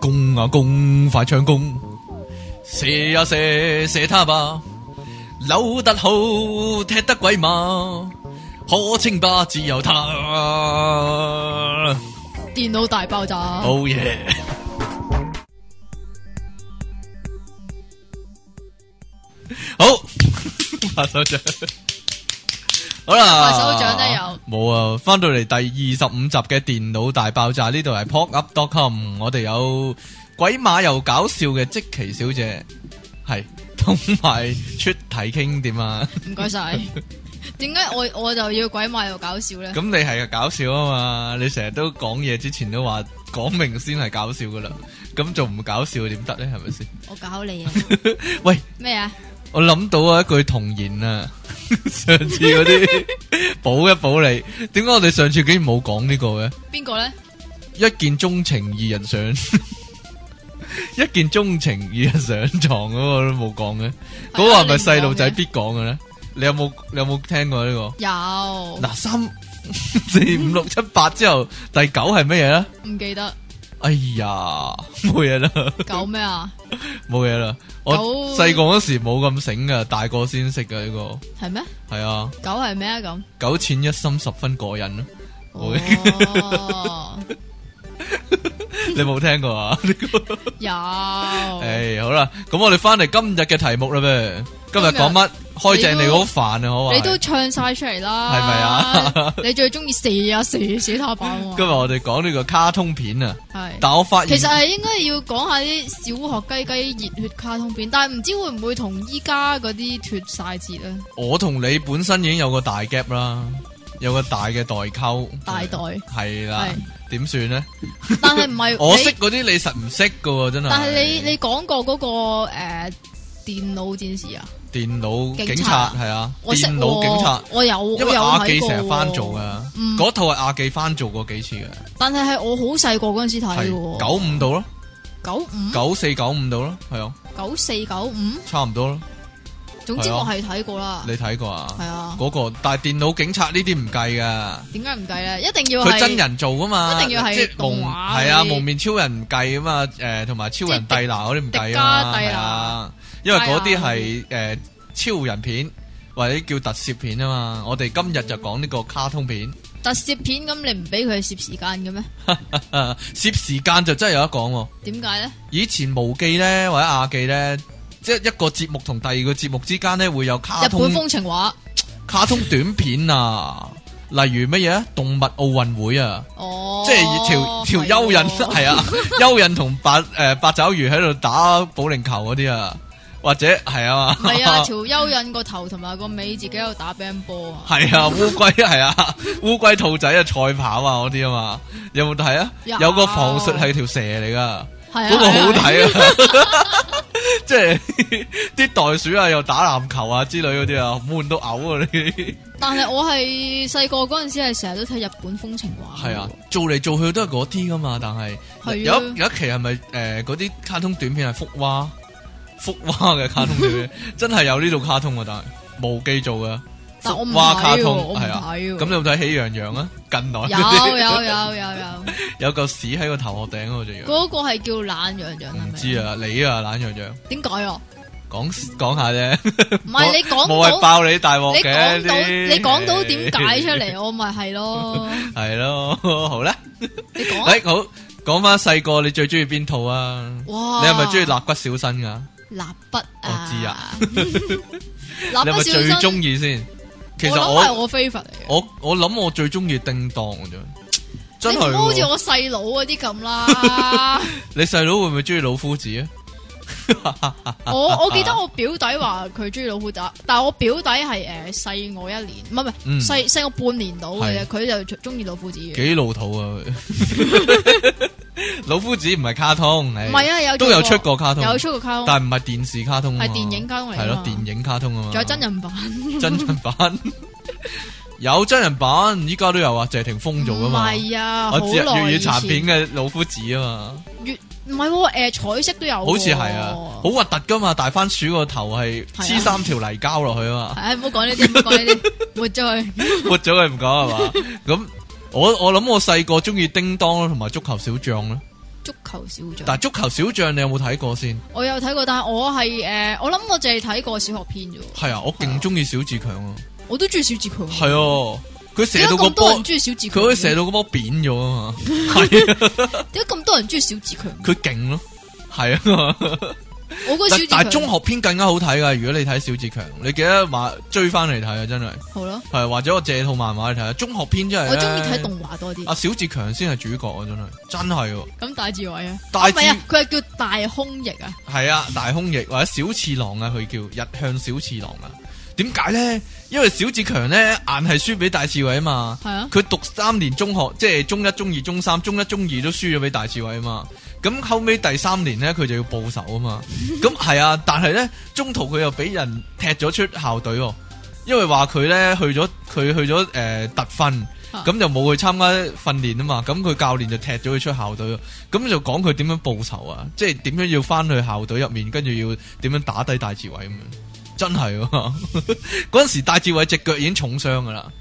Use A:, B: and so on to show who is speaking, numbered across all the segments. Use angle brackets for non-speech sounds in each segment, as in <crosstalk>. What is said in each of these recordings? A: 攻啊攻，快唱攻！射啊射，射他吧！扭得好，踢得鬼馬，可稱霸自由他。
B: 電腦大爆炸，
A: 好嘢！ <laughs> 好，拍手掌。好啦，
B: 拍手掌都有
A: 冇啊？翻到嚟第二十五集嘅電腦大爆炸，呢度係 popup.com，我哋有鬼馬又搞笑嘅積淇小姐，係同埋出體傾點啊？
B: <laughs> 唔該晒。點解我我就要鬼馬又搞笑咧？
A: 咁你係搞笑啊嘛？你成日都講嘢之前都話講明先係搞笑噶啦，咁仲唔搞笑點得咧？係咪先？
B: 我搞你啊！
A: <laughs> 喂，
B: 咩啊？
A: 我諗到啊一句童言啊， <laughs> 上次嗰啲 <laughs> 補一補你，點解我哋上次竟然冇講呢個嘅？
B: 邊個咧？
A: 一見鍾情二人上， <laughs> 一見鍾情二人上床嗰個都冇講嘅，嗰個係咪細路仔必講嘅咧？你有冇你有冇聽過呢個？
B: 有
A: 嗱，三 <laughs> 四五六七八之後，第九係乜嘢咧？
B: 唔記得
A: 哎呀，冇嘢啦，
B: 狗咩啊？
A: 冇嘢啦。我
B: 狗
A: 細個嗰時冇咁醒噶，大個先識噶呢個。
B: 係咩？
A: 係啊，
B: 狗係咩啊？咁
A: 九淺一心十分過
B: <laughs>
A: 癮咯。會 <laughs>
B: 哦，
A: 你冇聽過啊？ <laughs> 呢個
B: 有
A: 誒，好啦，咁我哋翻嚟今日嘅題目啦咩？今日講乜？開正你嗰飯啊，好啊。
B: 啊你都唱晒出嚟啦，
A: 係咪啊？ <laughs>
B: 你最中意射啊射射他版
A: 今日
B: 喎，
A: 我哋講呢個卡通片啊，
B: 係。
A: 但我發現
B: 其實係應該要講下啲小學雞雞熱血卡通片，但係唔知會唔會同依家嗰啲脱晒節咧？
A: 我同你本身已經有個大 gap 啦，有個大嘅代溝，
B: 大代
A: 係啦，點算咧？
B: 但係唔係
A: <laughs> 我
B: 你
A: 識啊嗰啲你實唔識噶喎，真係。
B: 但係你你講過嗰、個誒、電腦戰士啊，
A: 電腦警
B: 警
A: 察
B: 察
A: 係啊，
B: 我識
A: 電腦警察
B: 喎，我有
A: 因
B: 我
A: 為
B: 有
A: 阿記成
B: 睇過
A: 日
B: 喎
A: 翻做，噶，
B: 嗯
A: 嗰套係阿記翻做過幾次嘅，
B: 但係係我好細個嗰陣時睇
A: 係
B: 嘅喎，
A: 九五度咯，
B: 九五
A: 九四九五度咯，係啊，
B: 九四九五，
A: 差唔多咯，
B: 總之
A: 係啊
B: 我係睇過啦，
A: 你睇過
B: 係
A: 啊？
B: 啊，
A: 嗰個，但係電腦警察呢啲唔計噶，
B: 點解唔計咧？一定要
A: 佢
B: 係
A: 真人做噶嘛，
B: 一定要係
A: 即係蒙
B: 動畫
A: 係啊，
B: 嗰啲
A: 蒙面超人唔計啊嘛，誒，同埋超人
B: 即係
A: 蒂娜嗰啲唔計
B: 迪
A: 啊
B: 迦
A: 嘛，
B: 蒂娜
A: 係啊，因為嗰啲
B: 啊
A: 係誒超人片或者叫特攝片啊嘛，我哋今日就講呢個卡通片。 <laughs>
B: 特攝片，咁你唔俾佢攝時間嘅咩？
A: 誒，攝時間就真係有得講喎。
B: 點解咧？
A: 以前無記咧或者亞記咧，即係一個節目同第二個節目之間咧會有卡
B: 日
A: 通
B: 本風情畫。
A: 卡通短片啊，例如乜嘢啊？動物奧運會啊，
B: 哦，
A: 即係條條蚯蚓
B: 係喎
A: 係啊，蚯蚓同八誒八爪魚喺度打保齡球嗰啲啊，或者係啊
B: 唔
A: 嘛，
B: 係
A: <laughs>
B: 啊，條蚯蚓個頭同埋個尾自己喺度打乒乓波啊，
A: 係啊，烏龜係啊，烏龜兔仔啊，賽跑啊嗰啲啊嘛，有冇睇啊？
B: 有
A: 有個防術係條蛇嚟噶。
B: 係啊，
A: 嗰個好
B: 係啊
A: 睇啊！ <laughs> 即係啲袋鼠啊，又打籃球啊之類嗰啲啊，悶到嘔啊！你
B: 但係我係細個嗰陣時係成日都睇日本風情畫，
A: 係啊，，做嚟做去都係嗰啲噶嘛，但係
B: 係啊
A: 有一有一期係咪誒呃嗰啲卡通短片係福娃 <laughs> 福娃嘅卡通短
B: <laughs>
A: 片，真係有呢度卡通啊，但係無記做噶
B: 但我唔
A: 福娃卡
B: 睇喎，
A: 通
B: 我唔
A: 係啊，
B: 睇喎，
A: 咁你有冇睇喜羊羊啊？近來嗰啲 <laughs>
B: 有有有有有，
A: 有嚿屎喺個頭殼頂嗰度仲要，
B: 嗰個係叫懶羊羊係
A: 唔
B: 咪？
A: 知，啊，你啊懶羊羊
B: 點解啊？
A: 講講下啫。
B: 唔係你講
A: 冇係
B: 到，
A: 爆你大鑊
B: 你
A: 嘅，
B: 講到，你講到點解出嚟，我咪
A: <laughs>
B: 係咯，
A: 係咯，好啦，
B: 你講啊
A: 誒好，講翻細個你最中意邊套啊？
B: 哇，
A: 你係咪中意蠟筆小新噶？
B: 蠟筆啊？
A: 我知
B: <laughs>
A: 啊，
B: 蠟
A: 你係咪
B: 筆小
A: 最
B: 新
A: 中意先？其實
B: 我諗係
A: 我
B: 我 favorite 嚟嘅。
A: 我我諗我最中意叮當嘅啫，真
B: 你唔好好似
A: 係。
B: 我細佬嗰啲咁啦。
A: 你細佬會唔會中意老夫子啊？啊
B: <laughs>
A: <laughs>
B: 我我記得我表弟話佢中意老虎仔，但係我表弟係誒細我一年，唔係唔
A: 嗯
B: 係細細我半年到嘅
A: 係
B: 啫，佢就中意老虎子嘅。
A: 幾老土啊！
B: <laughs>
A: 佢老夫子唔係卡通，
B: 唔
A: 唔
B: 係啊，有
A: 都有出過卡通，
B: 有出過卡通，
A: 但唔係電視卡通啊嘛，
B: 係電影卡通嚟㗎
A: 係咯
B: 嘛，
A: 電影卡通啊嘛，
B: 仲有真人版，
A: 真人版 <laughs> 有真人版，依家都有啊，謝霆鋒做噶
B: 唔
A: 嘛。
B: 係啊，
A: 我
B: 好
A: 知啊粵
B: 耐以
A: 語殘片
B: 前，
A: 嘅老夫子啊嘛，
B: 唔係喎誒彩色都有喎，
A: 好似係啊，好核突噶嘛，大番薯個頭係
B: 哦係啊
A: 黐三條泥膠落去啊嘛， <laughs>
B: 唉，唔好講呢啲，唔好講呢啲，抹咗佢。
A: 抹咗佢唔講係嘛，咁我我諗我細個中意叮當咯，同埋足球小將咯，
B: 足球小將
A: 但》，系足球小將你有冇睇過先？
B: 我有睇過，但係我係诶，我諗我淨係睇過小學篇啫喎，
A: 係啊，我勁中意小志強啊，
B: 我都中意小志強。
A: 係啊，佢射
B: 點解
A: 到個
B: 咁多
A: 波
B: 人，中意小志
A: 佢
B: 強？
A: 可以射到個波扁咗啊嘛，係啊，
B: 點解咁多人中意小志強？
A: 佢勁咯，係啊。
B: 我嗰小
A: 但
B: 志
A: 但係
B: 強
A: 中學篇更加好睇噶，如果你睇小志強，你記得買追翻嚟睇啊，真係
B: 好咯，
A: 係或者我借套漫畫嚟睇啊。中學篇真係
B: 我
A: 呢
B: 中意睇動畫多啲
A: 阿。啊小志強先係主角啊，真係真係喎。
B: 咁大智慧啊，
A: 大智
B: 唔係啊，佢係叫大空翼啊，
A: 係啊，大空翼或者小次郎啊，佢叫日向小次郎啊。點解咧？因為小志強咧硬係輸俾大刺猬啊嘛。
B: 係啊，
A: 佢讀三年中學，即係中一、中二、中三，中一、中二都輸咗俾大刺猬啊嘛。咁後尾第三年咧，佢就要報仇啊
B: <laughs>
A: 嘛。咁係啊，但係咧中途佢又俾人踢咗出校隊喎，因為話佢咧去咗佢去咗誒、呃特訓，
B: 啊
A: 咁就冇去參加訓練啊嘛。咁佢教練就踢咗佢出校隊喎，咁就講佢點樣報仇啊，即係點樣要翻去校隊入面，跟住要點樣打低大刺猬咁樣。真係喎， <laughs> 嗰陣時戴志偉只腳已經重傷噶啦。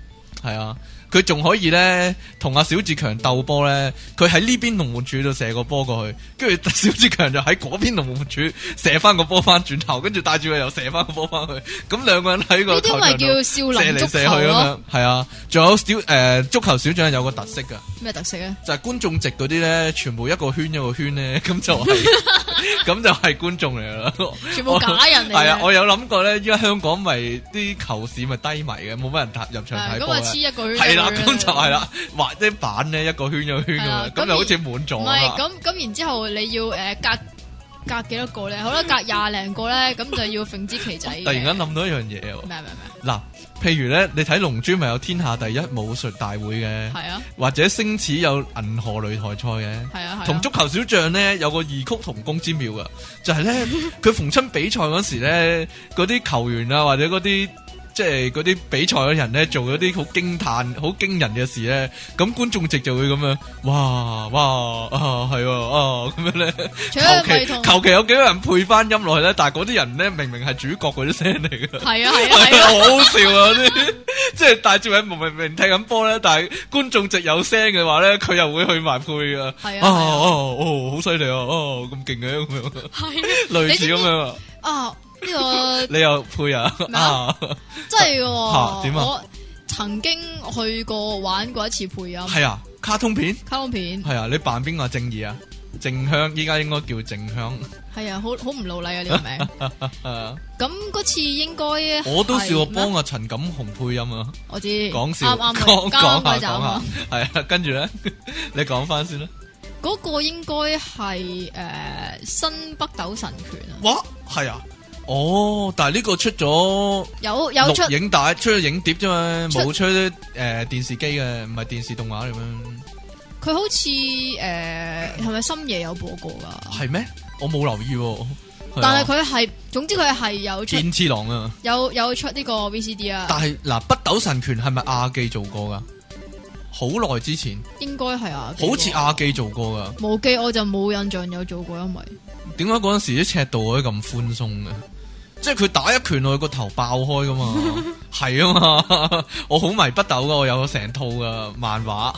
A: 系啊，佢仲可以咧同阿小志強鬥波咧，佢喺呢邊龍門柱度射個波過去，跟住小志強就喺嗰邊龍門柱 <laughs> 射翻個波翻轉頭，跟住帶住佢又射翻個波翻去，咁兩個人喺個
B: 呢啲
A: 球
B: 咪
A: 場
B: 叫
A: 度
B: 少
A: 射
B: 林
A: 嚟
B: 足
A: 射
B: 球
A: 去咁
B: 咯？
A: 樣，係啊，仲有小诶、足球小將有個特色噶，
B: 咩特色啊？
A: 就係觀眾席嗰啲咧，全部一個圈一個圈咧， <laughs> 咁就係
B: <laughs>
A: 咁就係觀眾嚟噶啦。
B: 全部假人嚟
A: <laughs>
B: 嘅。
A: 係啊，我有諗過咧，依家香港咪啲球市咪低迷嘅，冇乜人踏入場睇
B: 係咁
A: 波
B: 啊
A: 呢
B: 黐一個圈。
A: 系啦，
B: 一個
A: 咁
B: 圈
A: 就系。啦，畫啲板咧一個圈一個圈咁
B: 係啊
A: 樣，
B: 咁
A: 咁就啊好似滿
B: 唔
A: 座
B: 係
A: 啦。
B: 咁咁，然之後你要誒隔隔幾多個咧？好啦，隔廿零個咧，咁就要揈支旗仔
A: <laughs>
B: 嘅。
A: 突然間諗到一樣嘢喎，
B: 咩咩咩？
A: 嗱，譬如咧，你睇《龍珠》咪有天下第一武術大會嘅，
B: 係啊
A: 或者星矢有銀河擂台賽嘅。
B: 係啊係啊。
A: 同足球小將咧有個異曲同工之妙噶，就
B: <laughs>
A: 係咧佢逢親比賽嗰時咧，嗰啲球員啊或者嗰啲即係嗰啲比賽嘅人咧做嗰啲好驚嘆、好驚人嘅事咧，咁觀眾席就會咁樣哇哇啊係喎啊咁樣咧，
B: 除咗咪
A: 求其
B: 同
A: 求其有幾個人配翻音落去咧，但係嗰啲人咧明明係主角嗰啲聲嚟㗎。
B: 係啊係啊
A: 係
B: 係
A: 啊，
B: 啊。
A: 好好笑啊！啲 <laughs> 即系戴志伟明明明踢緊波咧，但係觀眾席有聲嘅話咧，佢又會去埋配噶。
B: 係啊係啊
A: 哦哦哦，好犀利啊！哦，咁勁嘅咁樣，類
B: 係
A: 似咁
B: 你知唔知
A: 樣啊。
B: 啊！呢個
A: 你又配啊？
B: 咩
A: 啊
B: 啊，真係嘅喎。
A: <laughs> 嚇點啊
B: 我曾經去過玩過一次配音
A: 係啊，卡通片
B: 卡通片，
A: 係啊，你扮邊個啊正義啊？靜香依家應該叫靜香。 <laughs>
B: 係啊，好好唔老禮啊呢個名。
A: 啊
B: 咁嗰次應該
A: 我都試過
B: 係咩
A: 幫阿陳錦雄配音啊，
B: 我知
A: 講笑
B: 啱啱嘅
A: 講
B: 啱啱
A: 講
B: 嗰
A: 下
B: 集
A: 講下
B: 啊，
A: 係啊，跟住咧， <laughs> 你講翻先啦。
B: 嗰個應該係誒新北斗神拳啊，
A: 哇，係啊，哦，但係呢個出咗。
B: 有有出
A: 錄影帶出咗影碟啫嘛，
B: 出
A: 冇出誒、呃、電視機嘅，唔係電視動畫嚟咩？
B: 佢好似誒係咪深夜有播過㗎？
A: 係咩？啊我冇留意喎。
B: 但係
A: 佢
B: 佢係總之佢係有出
A: 健次郎啊，
B: 有有出呢個 VCD 啊，
A: 但係嗱，北斗神拳係咪亞記做過噶？好耐之前，
B: 應該係啊，
A: 好似亞記做過噶。
B: 無記我就冇印象有做過，因為
A: 點解嗰陣時啲尺度可以咁寬鬆嘅？即係佢打一拳落去個頭爆開噶嘛，
B: <laughs>
A: 係啊嘛，我好迷北斗噶，我有成套噶漫畫，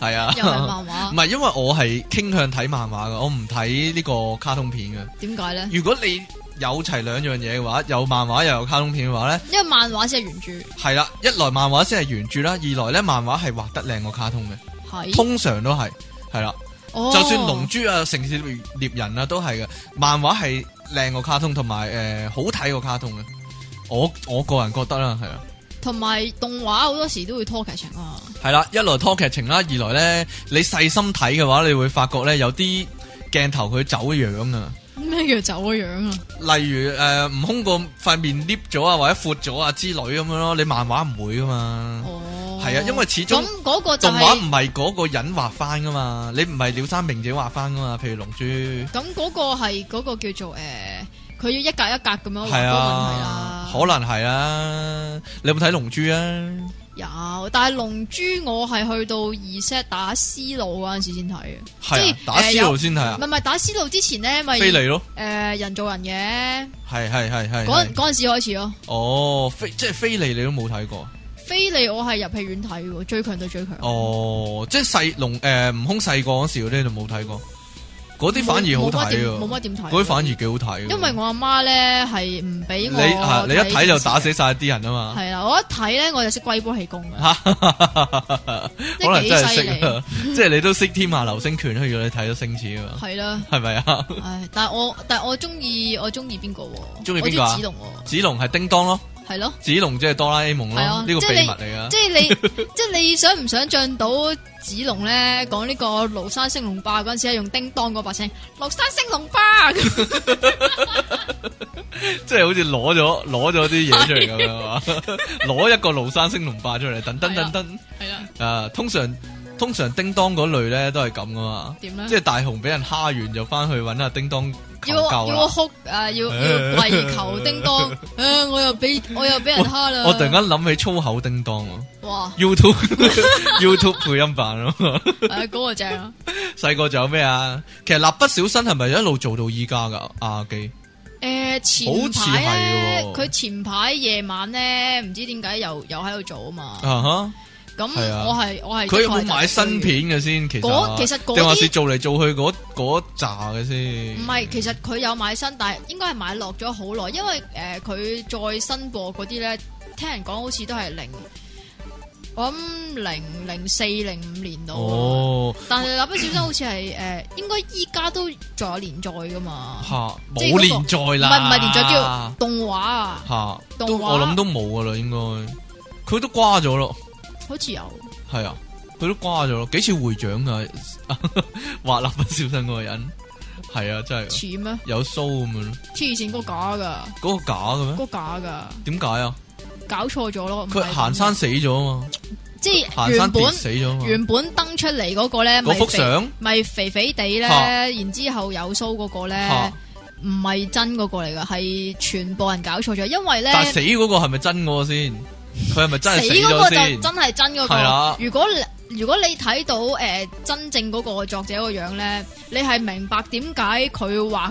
A: 係啊，<laughs>
B: 又係漫
A: 唔
B: 畫，
A: 係因為我係傾向睇漫畫噶，我唔睇呢個卡通片嘅。
B: 點解咧？
A: 如果你有齊兩樣嘢嘅話，有漫畫又有卡通片嘅話呢，
B: 因為漫畫先係原著，
A: 係啦，一來漫畫先係原著啦，二來呢漫畫係畫得靚過卡通嘅，
B: 係
A: 通常都係係啦，
B: 哦，
A: 就算《龍珠》啊、《城市獵人》啊都係嘅，漫畫係靚過卡通，同埋誒好睇過卡通嘅。我我個人覺得啦，係啊，
B: 同埋動畫好多時都會拖劇情啊，
A: 係啦，一來拖劇情啦，二來呢，你細心睇嘅話，你會發覺呢，有啲鏡頭佢走樣啊。
B: 咩叫走樣啊？
A: 例如誒，呃悟空個塊面 lift 咗啊，或者闊咗啊之類咁樣咯，你漫畫唔會噶嘛，
B: 哦，
A: 係啊，因為始終
B: 咁嗰個就
A: 動畫
B: 係
A: 唔係嗰個人畫翻噶嘛，你唔係鳥山明自己畫翻噶嘛，譬如龍珠
B: 咁嗰個係嗰個叫做誒，佢要一格一格咁哦
A: 係
B: 樣畫嗰個問題
A: 啊
B: 啦，，
A: 可能係啊，你有冇睇龍珠啊？
B: 有，但係龍珠我係去到二 set 打思路嗰陣時先睇嘅，
A: 係
B: 即
A: 啊
B: 係，
A: 打
B: 誒
A: 思路
B: 有
A: 先睇啊
B: 唔，係唔係打思路之前咧，咪
A: 飛嚟咯，
B: 誒人造人嘅
A: 係係係係
B: 嗰陣
A: 係，
B: 嗰陣時開始咯。
A: 哦，飛即係飛嚟你都冇睇過，
B: 飛利我係入戲院睇嘅，最強對最強。
A: 哦呃哦，即係細龍誒悟空細個嗰時嗰啲你冇睇過，嗰啲反而好
B: 冇乜
A: 睇
B: 點
A: 啊
B: 冇！乜點睇。
A: 嗰啲反而幾好睇㗎。
B: 因為我阿媽咧係唔俾我
A: 你係你一睇就打
B: 電視
A: 死晒啲人啊嘛，
B: 係啦，我一睇咧我就識龜波氣功嘅，
A: <laughs> 可能真係識 <laughs>
B: 即係
A: 啊！即係你都識天下流星拳，去咗你睇咗星矢啊嘛，
B: 係啦。
A: 係咪啊？
B: 唉，但系我但系我中意我中意邊個喎？
A: 鍾意
B: 我
A: 邊個啊
B: 意子龍喎，
A: 子龍係叮當咯，
B: 係咯，
A: 子龍即係哆啦 A 夢
B: 係啊
A: 咯，呢個
B: 即
A: 秘
B: 係你
A: 密嚟噶
B: 即。
A: <laughs>
B: 係你即係你想唔想象到子龍咧講呢個廬山升龍霸嗰阵时系用叮當嗰把聲，廬山升龍
A: <laughs>
B: 霸咁，
A: 即係好似攞咗攞咗啲嘢出嚟咁樣啊！ <laughs> 攞一個廬山升龍霸出嚟，噔噔噔噔。
B: 係啦，
A: 啊，通常通常叮當嗰類咧都係咁噶嘛，
B: 點咧？
A: 即係大雄俾人蝦完就翻去揾下叮當求
B: 要
A: 救
B: 要
A: 啦。
B: 哭啊！要要跪求叮當，
A: <laughs>
B: 啊！我又俾我又俾人蝦啦！
A: 我突然間諗起粗口叮當喎
B: 哇，
A: ，YouTube <laughs> YouTube 配音版咯。
B: 係嗰個正啊！
A: 細個仲有咩啊？其實蠟筆小新係咪一路做到依家噶？阿基
B: 诶，前
A: 好似
B: 排
A: 係
B: 咧
A: 喎，
B: 佢前排夜晚咧，唔知點解又又喺度做啊嘛。
A: 啊哈，
B: 咁
A: 係啊
B: 我係我係
A: 佢有
B: 的確
A: 冇
B: 係
A: 買新片嘅先？其實
B: 嗰其實嗰啲
A: 定還是做嚟做去嗰嗰扎嘅先
B: 唔？係，其實佢有買新，但係應該係買落咗好耐，因為誒佢、再新播嗰啲咧，聽人講好似都係零，我諗零零四零五年度。
A: 哦，
B: 但係蠟筆小新好似係誒，應該依家都仲有連載噶嘛？
A: 吓
B: 即係嗰
A: 冇
B: 個
A: 連載
B: 唔
A: 啦，
B: 係唔係連載叫動畫啊，
A: 吓，
B: 動
A: 都
B: 畫
A: 我諗都冇噶啦，應該佢都瓜咗咯，
B: 好似有
A: 係啊，佢都瓜咗咯，幾次會長噶， <laughs> 畫蠟筆小新嗰個人，係啊，真係
B: 似咩？
A: 有須咁樣咯，
B: 黐線嗰個假噶，
A: 嗰個假嘅咩
B: 嗰？個假噶，點
A: 點解啊？
B: 搞錯咗咯。唔係
A: 佢行山死咗啊嘛，
B: 即係
A: 行
B: 原
A: 山
B: 本
A: 跌死咗啊嘛，
B: 原本登出嚟嗰個咧，咪
A: 嗰幅
B: 肥
A: 相
B: 咪肥肥地咧，
A: 嚇
B: 然之后有須嗰個咧
A: 嚇。
B: 唔係真嗰個嚟噶，係全部人搞錯咗，因為咧
A: 但係死嗰個係咪真嗰個先？佢係咪真係死
B: 嗰個
A: 咗
B: 就
A: 先
B: 真？係真嗰
A: 係啦
B: 個。如果你如果你睇到诶真正嗰個作者個樣咧，你係明白點解佢畫《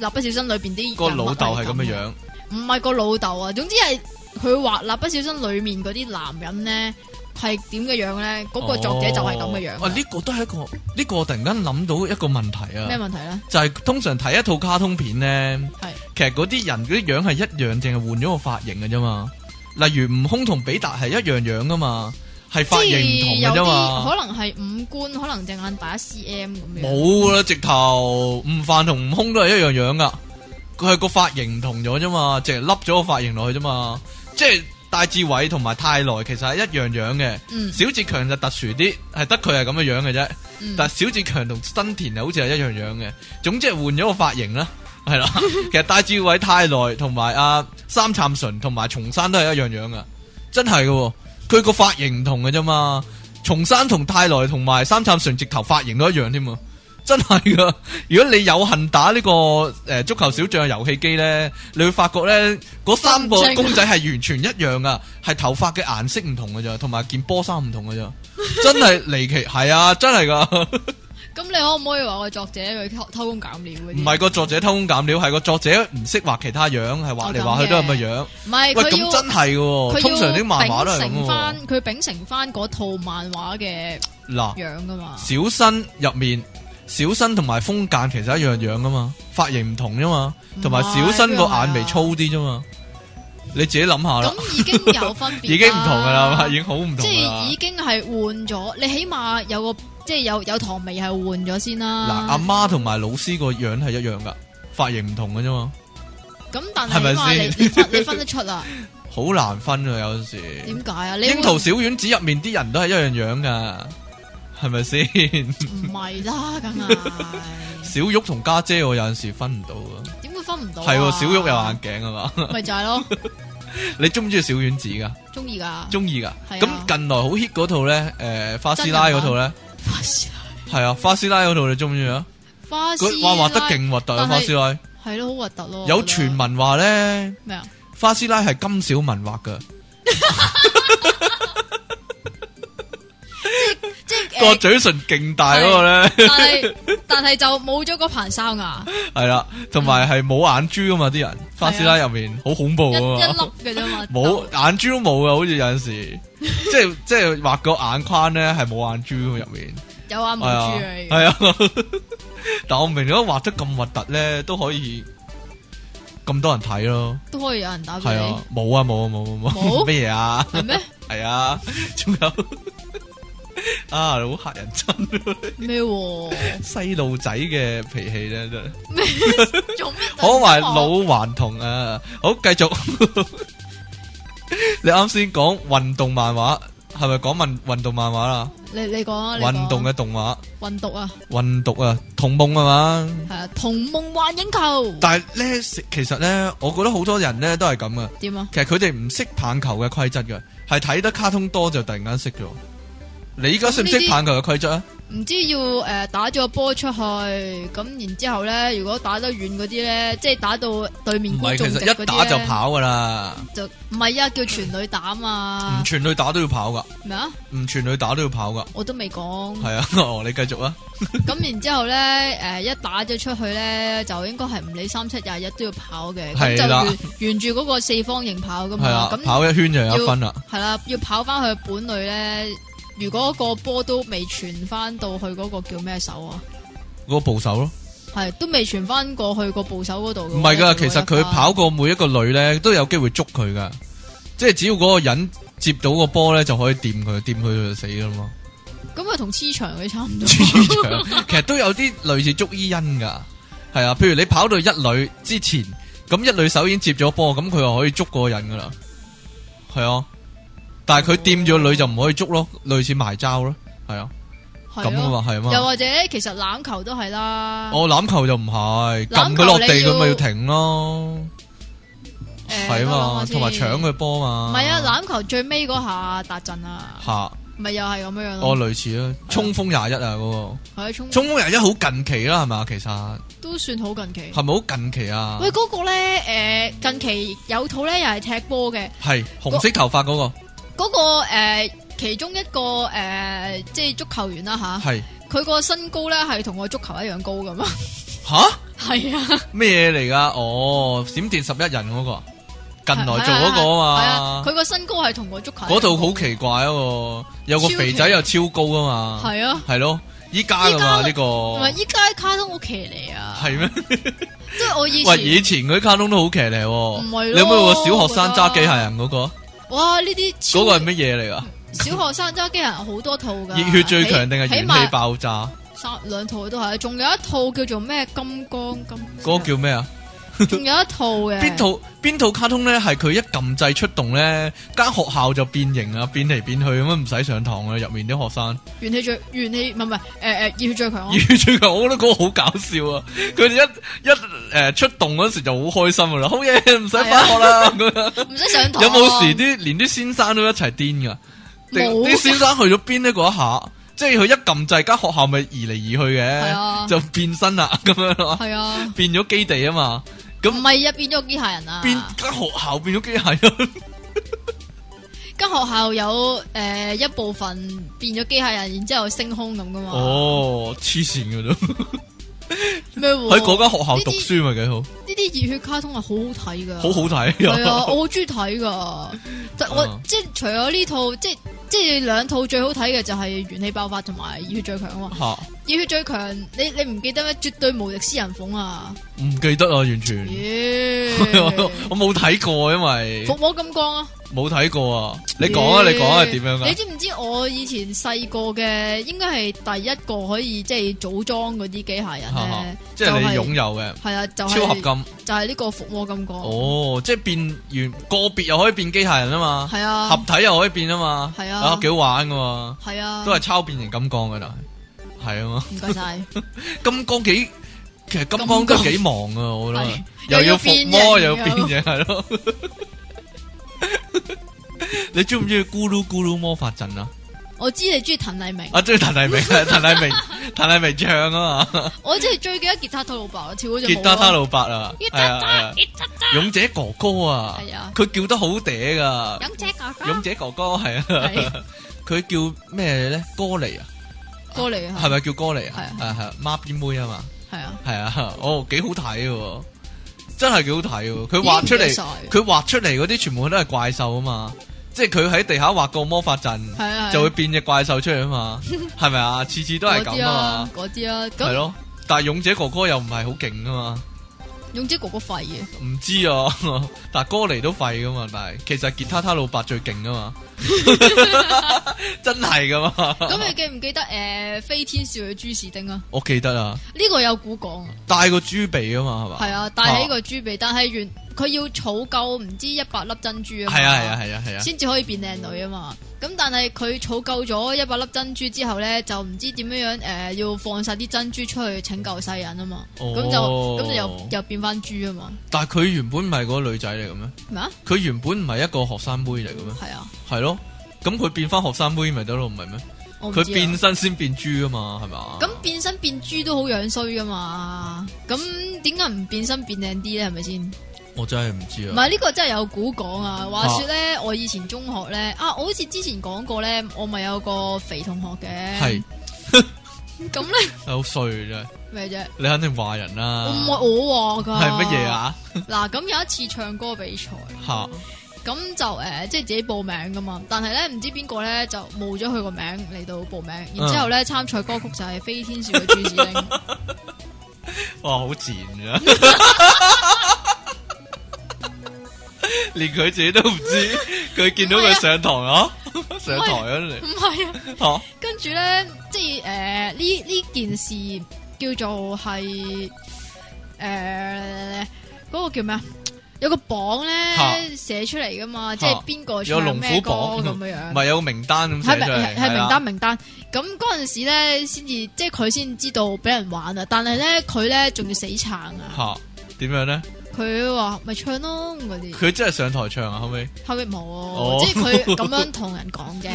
B: 蠟筆小新》裏边啲
A: 個
B: 人物
A: 老豆係咁嘅
B: 樣，
A: 樣，
B: 唔係個老豆啊，總之係佢畫《蠟筆小新》裏面嗰啲男人咧係點嘅樣咧，嗰、個作者就係咁嘅樣
A: 哦啊，
B: 㗎。
A: 呢個都係一個呢個，我突然間諗到一個問題啊
B: 咩、。問題咧？
A: 就係通常睇一套卡通片咧
B: 係，
A: 其實嗰啲人嗰啲樣係一樣，淨係換咗個髮型嘅啫嘛。例如悟空同比達係一樣樣噶嘛，係髮型唔
B: 即係有
A: 同嘅啫
B: 啲
A: 嘛。
B: 可能係五官，可能隻眼大一 cm 咁樣。
A: 冇啦，直頭悟飯同悟空都係一樣樣噶，佢係個髮型唔同咗啫嘛，淨係笠咗個髮型落去啫嘛。即係戴志偉同埋泰來其實係一樣樣嘅，
B: 嗯
A: 小志強就特殊啲，係得佢係咁嘅樣嘅啫。
B: 嗯
A: 但小志強同新田好似係一樣樣嘅，總之係換咗個髮型啦，係啦。 <laughs> 其實戴志偉太耐同埋阿三杉純同埋松山都係一樣樣噶，真係嘅喎。佢個髮型唔同嘅啫嘛。松山同太耐同埋三杉純直頭髮型都一樣添啊！真係噶，如果你有幸打呢、個呃足球小將嘅遊戲機呢，你會發覺呢嗰三個
B: 分唔清
A: 公仔係完全一樣噶，係頭髮嘅顏色唔同嘅咋，同埋件波衫唔同嘅咋，真係離奇，係啊，真係
B: <laughs>
A: 噶。
B: 咁你可唔可以話個作者佢偷偷工減料嗰啲？
A: 唔係個作者偷工減料，係個作者唔識畫其他樣，係畫嚟畫去都係咁嘅樣。
B: 唔係
A: 喂，
B: 佢要
A: 咁真係嘅
B: 佢
A: 喎，通常啲漫畫
B: 畫
A: 都係咁
B: 承
A: 嘅
B: 翻佢秉承翻嗰套漫畫嘅
A: 喎。嗱，
B: 樣噶嘛？
A: 小新入面，小新同埋風間其實一樣樣噶嘛，髮型唔同啫嘛，同埋小新個眼眉粗啲啫嘛。你自己諗下啦，
B: 咁已經有分別啦，
A: <laughs> 已經唔同噶
B: <laughs>
A: 啦，已經好唔同
B: 即
A: 㗎啦
B: 係已。經係換咗。你起碼有個即係有有堂味係換咗先
A: 嗱，
B: 啦。
A: 阿媽同埋老師個樣係一樣噶，髮型唔同嘅啫嘛，
B: 咁但
A: 係
B: 係
A: 咪
B: 起碼
A: 先
B: 你你分你分得
A: <laughs>
B: 出啊？
A: 好難分啊有時。
B: 點解啊？你
A: 櫻
B: 會
A: 桃小丸子入面啲人都係一樣樣噶，係咪先？ <laughs>
B: 唔係啦，梗係
A: 小玉同家姐我有阵时分唔到啊，
B: 點會分唔到啊？
A: 系喎，小玉有眼鏡啊嘛，
B: 咪就
A: <laughs>
B: 係咯，
A: 你中唔中意小丸子噶？
B: 中意噶。
A: 中意噶，
B: 係啊
A: 咁近來好 hit 嗰套咧，诶花師奶嗰套咧，
B: 花師奶
A: 係啊花師奶嗰套你中唔中意啊？
B: 花
A: 佢
B: 師
A: 哇畫得
B: 奶，
A: 勁核突啊
B: 但係
A: 花師奶，
B: 係咯，好核突咯。
A: 有
B: 我覺得
A: 傳聞話咧
B: 咩啊？
A: <laughs> 花師奶係金小文畫噶，
B: 即係
A: 個
B: 誒
A: 嘴唇勁大嗰個咧，
B: 但係但係就冇咗嗰棚哨牙，
A: 係啦，同埋係冇眼珠噶嘛啲人，花師奶入面好恐怖
B: 一
A: 啊嘛。
B: 一粒嘅啫嘛。
A: 冇眼珠都冇啊，好似有阵时，即係即系画个眼框咧，係冇眼珠㗎嘛入面。
B: 有啊，冇
A: 係啊，
B: 珠
A: <laughs>
B: 啊已經。
A: 系啊，但我唔明點解畫得咁核突咧，都可以咁多人睇咯。
B: 都可以有人打俾
A: 係啊
B: 你，，
A: 冇啊冇啊冇冇冇 <laughs>
B: 冇
A: 咩嘢啊？
B: 係咩
A: 係啊，仲有 <laughs> 啊，好嚇人憎，
B: 咩喎？
A: 細路仔嘅脾氣咧真係。
B: 做咩突然間
A: 可
B: 話
A: 謂
B: 我？
A: 老頑童啊！好，繼續。 <laughs> 你啱先講運動漫畫，係咪講運運動漫畫啦？
B: 你你讲啊，
A: 運動
B: 嘅
A: 嘅動畫，
B: 运動啊，
A: 運動啊，童夢啊嘛。
B: 係啊，同夢幻影球
A: 但係咧，其實咧，我覺得好多人咧都係咁噶。
B: 點啊？
A: 其實佢哋唔識棒球嘅規則嘅，係睇得卡通多就突然間識咗。你依家識唔
B: 咁呢
A: 識
B: 啲
A: 棒球嘅規則啊？
B: 唔知要诶、呃打咗個波出去，咁然之后咧，如果打得遠嗰啲咧，即係打到對面
A: 唔
B: 觀
A: 係，
B: 眾
A: 其
B: 席
A: 實一
B: 嗰啲
A: 打就
B: 呢，
A: 跑噶啦，
B: 就唔係啊，叫全女打嘛
A: 唔，全隊打都要跑噶，
B: 咩啊？
A: 唔全隊打都要跑噶。
B: 我都未講。
A: 係啊， <laughs> 哦，你繼續啊。
B: 咁然之後咧，誒、一打咗出去咧，就應該係唔理三七廿一都要跑嘅，咁
A: 係啦
B: 就沿沿住嗰個四方形跑噶
A: 係
B: 嘛，
A: 啊
B: 咁，
A: 跑一圈就有一分啦。
B: 係啦，要跑翻去本壘咧。如果個波都未傳翻到去嗰個叫咩手啊？
A: 嗰個部手咯，
B: 係都未傳翻過去個部手嗰度嘅話。
A: 唔係噶，
B: 就
A: 其
B: 會
A: 實
B: 得返
A: 佢跑過每一個女咧，都有機會捉佢噶，即係只要嗰個人接到個波咧，就可以掂佢，掂佢就死噶啦嘛。
B: 咁啊，同黐牆嗰啲差
A: <laughs>
B: 唔多。
A: 黐長其實都有啲類似捉伊恩噶，係啊，譬如你跑到一女之前，咁一女手已經接咗波，咁佢就可以捉嗰個人噶啦，係啊，但係佢掂咗女就唔可以捉咯，類似埋招咯，係啊，
B: 係
A: 咁啊
B: 咯
A: 嘛，係啊哦嘛。
B: 又或者其實欖球都係啦。
A: 我欖球就唔係，撳
B: 欖球
A: 佢落地
B: 你要
A: 佢咪要停咯。
B: 誒
A: 系
B: 等
A: 嘛
B: 我，諗下
A: 同埋
B: 先
A: 搶佢波嘛。
B: 唔係啊，欖球最尾嗰下達陣啊，
A: 吓，
B: 咪又係咁樣樣
A: 哦
B: 咯。
A: 類似啦，衝鋒廿一啊嗰
B: 係衝
A: 個，衝鋒廿一好近期啦係嘛，其實
B: 都算好近期。
A: 係咪好近期啊
B: 喂，？嗰、個咧，诶、近期有套咧又係踢波嘅，
A: 係紅色頭髮嗰
B: 嗰、個个呃其中一個诶、呃即係足球員啦
A: 個
B: 吓，
A: 係
B: 佢個身高咧係同我足球一樣高噶嘛， <laughs>
A: 吓
B: 係啊，
A: 咩嚟㗎？哦，閃電十一人嗰個，近來做嗰個
B: 係
A: 啊
B: 啊，
A: 嘛，
B: 佢個身高係同我足球
A: 嗰度好奇怪啊喎，有個肥仔又超高啊嘛，
B: 系啊，
A: 係咯，依家㗎嘛
B: 依家
A: 呢個
B: 同埋依家卡通好騎嚟啊，
A: 係咩？
B: <laughs> 即係我以
A: 喂，
B: 前
A: 以前嗰啲卡通都好騎呢喎，
B: 唔係咯
A: 你有冇個小學生揸機械人嗰個？
B: 哇呢啲超
A: 嗰個係乜嘢嚟㗎？
B: 小學生揸機人好多套噶，
A: 熱血最強定係
B: 起
A: 元
B: 碼
A: 氣爆炸？
B: 三兩套都係，仲有一套叫做咩金剛金，
A: 嗰個叫咩啊？
B: 仲有一套嘅
A: 邊套邊套卡通咧？係佢一撳掣出動咧，間學校就變形啊，變嚟變去咁樣，唔使上堂啊！入面啲學生，
B: 元氣最元氣唔係唔係誒誒熱血
A: <laughs>
B: 最強啊
A: 而。最近我覺得嗰個好搞笑啊！佢哋一一誒、呃出動嗰時就好開心噶啦，好嘢，唔使翻學
B: 啊
A: 啦咁
B: <laughs>
A: 樣。
B: 唔使上
A: <laughs>
B: 堂。
A: 有冇時啲連啲先生都一齊癲噶？定
B: 冇
A: 啲先生去咗邊呢？嗰一下，即係佢一撳掣，間學校咪移嚟移去
B: 係
A: 嘅，
B: 啊，
A: 就變身啦 <laughs> 咁樣咯，
B: 係啊，
A: 變咗基地啊嘛。咁
B: 唔係啊，變咗個機械人啊。
A: 變間學校變咗機械啊
B: <laughs>
A: 人，
B: 間學校有誒一部分變咗機械人，然之後升空咁噶嘛。
A: 哦，黐線嘅都
B: 咩喎？
A: 喺嗰間學校讀書咪幾好，
B: 呢啲熱血卡通係好好睇噶。
A: 好好睇
B: 係啊，
A: 啊！
B: 我好中意睇噶。但我
A: 嗯
B: 即係除咗呢套，即係即係兩套最好睇嘅就係《元氣爆發》同埋《熱血最強》
A: <laughs>
B: 啊嘛。
A: 吓，
B: 《熱血最強》你你唔記得咩？絕對無敵私人鳳啊！
A: 唔記得啊，完全
B: 咦，
A: <laughs> 我冇睇過，因為
B: 伏魔金剛啊！
A: 冇睇過啊。你講啊，你講啊，點樣
B: 你
A: 噶？
B: 知唔知我以前細個嘅應該係第一個可以即係組裝嗰啲機械人
A: 哈哈
B: 咧？
A: 即係你
B: 就係
A: 擁有嘅
B: 係啊，就係
A: 超合金
B: 就係呢個伏魔金剛。
A: 哦，即係變完個別又可以變機械人啊嘛，
B: 係啊，
A: 合體又可以變啊嘛，
B: 係啊
A: 幾好玩噶嘛，
B: 係啊，
A: 都係抄變形金剛噶，但係係啊嘛。
B: 唔該
A: <laughs>
B: 晒。
A: 金剛幾其實金剛都幾忙啊，我覺
B: 係
A: 得又要伏魔，又要變嘢，係咯。 <laughs> 你中唔中意咕嚕咕嚕魔法陣啊？
B: 我知你中意滕麗明，
A: 啊，中意滕麗明，
B: <laughs>
A: 滕麗明，滕麗明唱啊嘛，
B: 我真係最記得吉他他老爸跳嗰只
A: 吉
B: 舞
A: 他他
B: 啊。
A: 老伯啊，
B: 吉
A: 係啊
B: 他
A: 係啊
B: 他，，吉他他，
A: 勇者哥哥啊
B: 係啊，
A: 佢叫得好嗲噶，
B: 勇者哥哥
A: 勇者哥哥係啊
B: 係，
A: <laughs> 佢叫咩咧？哥尼啊，
B: 過嚟
A: 係咪叫哥尼
B: 係
A: 啊
B: 啊？
A: 係係孖邊妹啊嘛。
B: 係啊，
A: 系啊，哦，几好睇嘅，真系几好睇嘅。佢画出
B: 已經唔記得
A: 嚟
B: 晒，
A: 佢画出嚟嗰啲全部都系怪兽啊嘛，即系佢喺地下画个魔法阵，
B: 係啊，係啊 <laughs>
A: 就会变只怪兽出嚟啊嘛，系咪啊？次次都系
B: 嗰啲
A: 咁啊
B: 啊，嗰啲啊，
A: 嘛，系
B: 咁
A: 咯，但系勇者哥哥又唔係好勁啊嘛，
B: 勇者哥哥廢嘅，
A: 唔知啊， <laughs> 但系哥尼都廢噶嘛，但係其實吉他他老伯最勁啊嘛， <laughs> 真係噶嘛，
B: 咁你記唔記得诶飛天少女朱士丁啊？
A: 我記得啊，
B: 呢個有古講，
A: 戴個豬鼻啊嘛，係哦嘛，
B: 係啊，戴起個豬鼻，但係原佢要儲夠唔知一百粒珍珠啊嘛，
A: 係啊係啊係啊係啊，
B: 先至可以變靚女啊嘛。咁但係佢儲夠咗一百粒珍珠之後咧，就唔知點樣樣诶、呃要放晒啲珍珠出去拯救世人啊嘛。咁、就
A: 哦
B: 咁就又又變翻豬啊嘛。
A: 但係佢原本唔係嗰個女仔嚟嘅咩？
B: 咩啊？
A: 佢原本唔係一個學生妹嚟嘅咩？
B: 係啊，
A: 係咯，咁佢變翻學生妹咪得咯，唔係咩？
B: 我唔知啊
A: 佢變身先變豬啊嘛，係嘛？
B: 咁變身變豬都好樣衰噶嘛。咁點解唔變身變靚啲咧？係咪先？
A: 我真係唔知
B: 唔
A: 啊。
B: 係呢個真係有古講啊！話說咧，我以前中學咧啊，我好似之前講過咧，我咪有個肥同學嘅。
A: 係
B: 咁咧
A: 好衰真係，
B: 咩啫？
A: 你肯定話人啦。
B: 我唔係我話㗎。
A: 啊係乜嘢？啊？
B: 嗱，咁有一次唱歌比賽，
A: 吓
B: 咁就诶、呃即係自己報名噶嘛。但係咧，唔知邊個咧就冇咗佢個名嚟到報名，然之后
A: 啊
B: 咧參賽歌曲就係《飛天少女朱自丁》，
A: 哇，好賤啊！ <laughs> 連佢自己都唔知，佢見到
B: 唔係
A: 佢
B: 啊
A: 上堂啊，上台啊
B: 唔
A: 你
B: 係啊。
A: 吓
B: 跟住咧，即係诶呢呢件事叫做係诶嗰個叫咩啊？有個榜咧
A: 嚇
B: 寫出嚟噶
A: 嚇
B: 嘛，即係邊個
A: 有
B: 唱
A: 龍
B: 咩
A: 虎
B: 歌
A: 榜
B: 咁樣
A: 唔 <laughs>
B: 樣。
A: 係有個名單咁
B: 係
A: 寫
B: 名
A: 出嚟，
B: 係
A: 係啊
B: 名
A: 啦
B: 單名單，咁嗰陣時咧先至，即係佢先知道俾人玩啊！但係咧佢咧仲要死撐啊！
A: 吓點樣咧？
B: 佢話咪唱咯嗰啲，
A: 佢真係上台唱啊，後尾
B: 後尾冇，
A: 哦
B: 即係
A: <laughs>
B: 佢咁樣同人講嘅，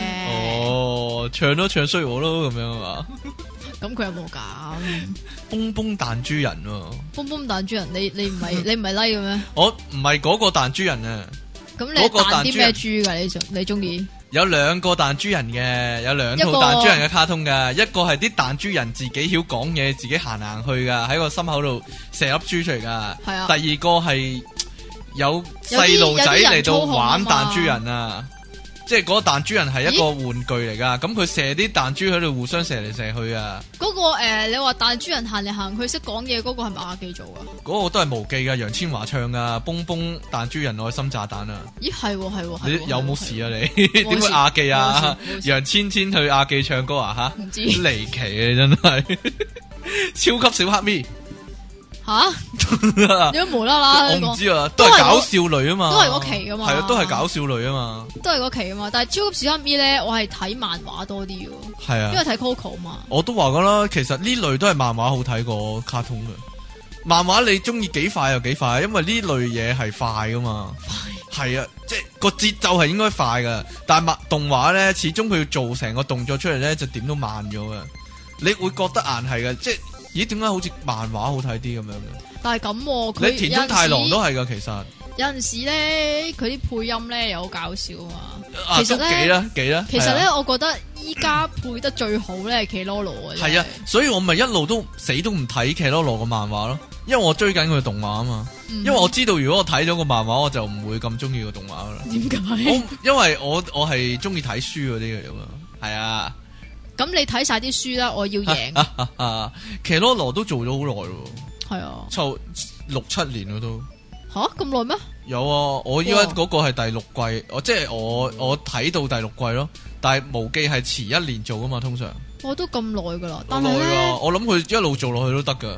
A: 哦，唱都唱衰我咯，咁樣啊嘛，
B: 咁佢又冇搞，
A: 蹦蹦彈珠人喎，
B: 蹦蹦彈珠人，你你唔係你唔係 like 嘅咩？
A: 我唔係嗰個彈珠人啊。
B: 咁你
A: 嗰個
B: 彈
A: 彈
B: 啲
A: 珠
B: 咩
A: 人
B: 豬㗎？你中你中意？
A: 有兩個彈珠人嘅，有兩套
B: 一個
A: 彈珠人嘅卡通噶，一個係啲彈珠人自己曉講嘢，自己行行去噶，喺個心口度射粒珠出嚟噶。
B: 係啊
A: 第二個係有細路仔嚟到玩彈珠人啊，即係嗰個彈珠人係一個玩具嚟噶，咁佢射啲彈珠喺度互相射嚟射去啊，
B: 嗰個誒，你話彈珠人行嚟行去識講嘢嗰個係咪阿記做啊？
A: 嗰、個都係無記噶，楊千嬅唱噶，蹦蹦彈珠人愛心炸彈啊！
B: 咦係喎係喎係
A: 你
B: 喎，
A: 有冇
B: 係喎
A: 事啊？你 <laughs>
B: 冇
A: 點
B: 事
A: 會亞記啊
B: 冇事冇？事
A: 楊千千去亞記唱歌啊？吓？
B: 唔知
A: 离奇啊，真系 <laughs> 超級小黑
B: <laughs>
A: 咪，
B: 吓？你都無啦啦
A: 我
B: 講
A: 唔。知啊，
B: 都
A: 都係
B: 係嗰
A: 搞笑女啊嘛，
B: 啊都係嗰期㗎嘛
A: 係啊，都係搞笑女啊嘛，
B: 都係嗰期啊嘛，但係超級小黑咪咧，我係睇漫畫多啲嘅，
A: 係
B: 因為
A: 啊，
B: 睇 Coco 嘛。
A: 我都話噶啦，其實呢類都係漫畫好睇過卡通嘅，漫畫你中意幾快就幾快，因為呢類嘢係快噶嘛，係啊，即係個節奏係應該快噶，但係漫動畫咧，始終佢要做成個動作出嚟咧，就點都慢咗嘅，你會覺得硬係嘅，即係咦點解好似漫畫好睇啲咁樣嘅？
B: 但係咁喎，佢
A: 你田中太郎都係噶，其實。啊
B: 有陣時咧，佢啲配音咧又好搞笑啊嘛。
A: 啊，
B: 其實
A: 都
B: 呢
A: 幾啦，幾啦。啊
B: 其實咧，我覺得依家配得最好咧係 k l o l o 啊。
A: 係啊，係啊，所以我咪一路都死都唔睇劇咯，羅嘅漫畫咯，因為我追緊佢嘅動畫啊嘛。
B: 因
A: 因為我知道如果我睇咗個漫畫，我就唔會咁中意個動畫噶啦。
B: 點解？
A: 我因為我我係中意睇書嗰啲嘅嘛，係
B: <laughs>
A: 啊。
B: 咁你睇晒啲書啦，我要
A: <laughs>
B: 贏
A: 啊啊，騎羅羅都做咗好耐咯，
B: 係啊。
A: 就六七年咯都。
B: 吓咁耐咩？
A: 有啊，我依家
B: 哇
A: 嗰個係第六季，我即係我我睇到第六季咯，但係無記係遲一年做噶嘛，通常。
B: 我都咁耐噶啦，
A: 好
B: 但
A: 耐
B: 係
A: 啊！
B: 咧，
A: 我諗佢一路做落去都得噶，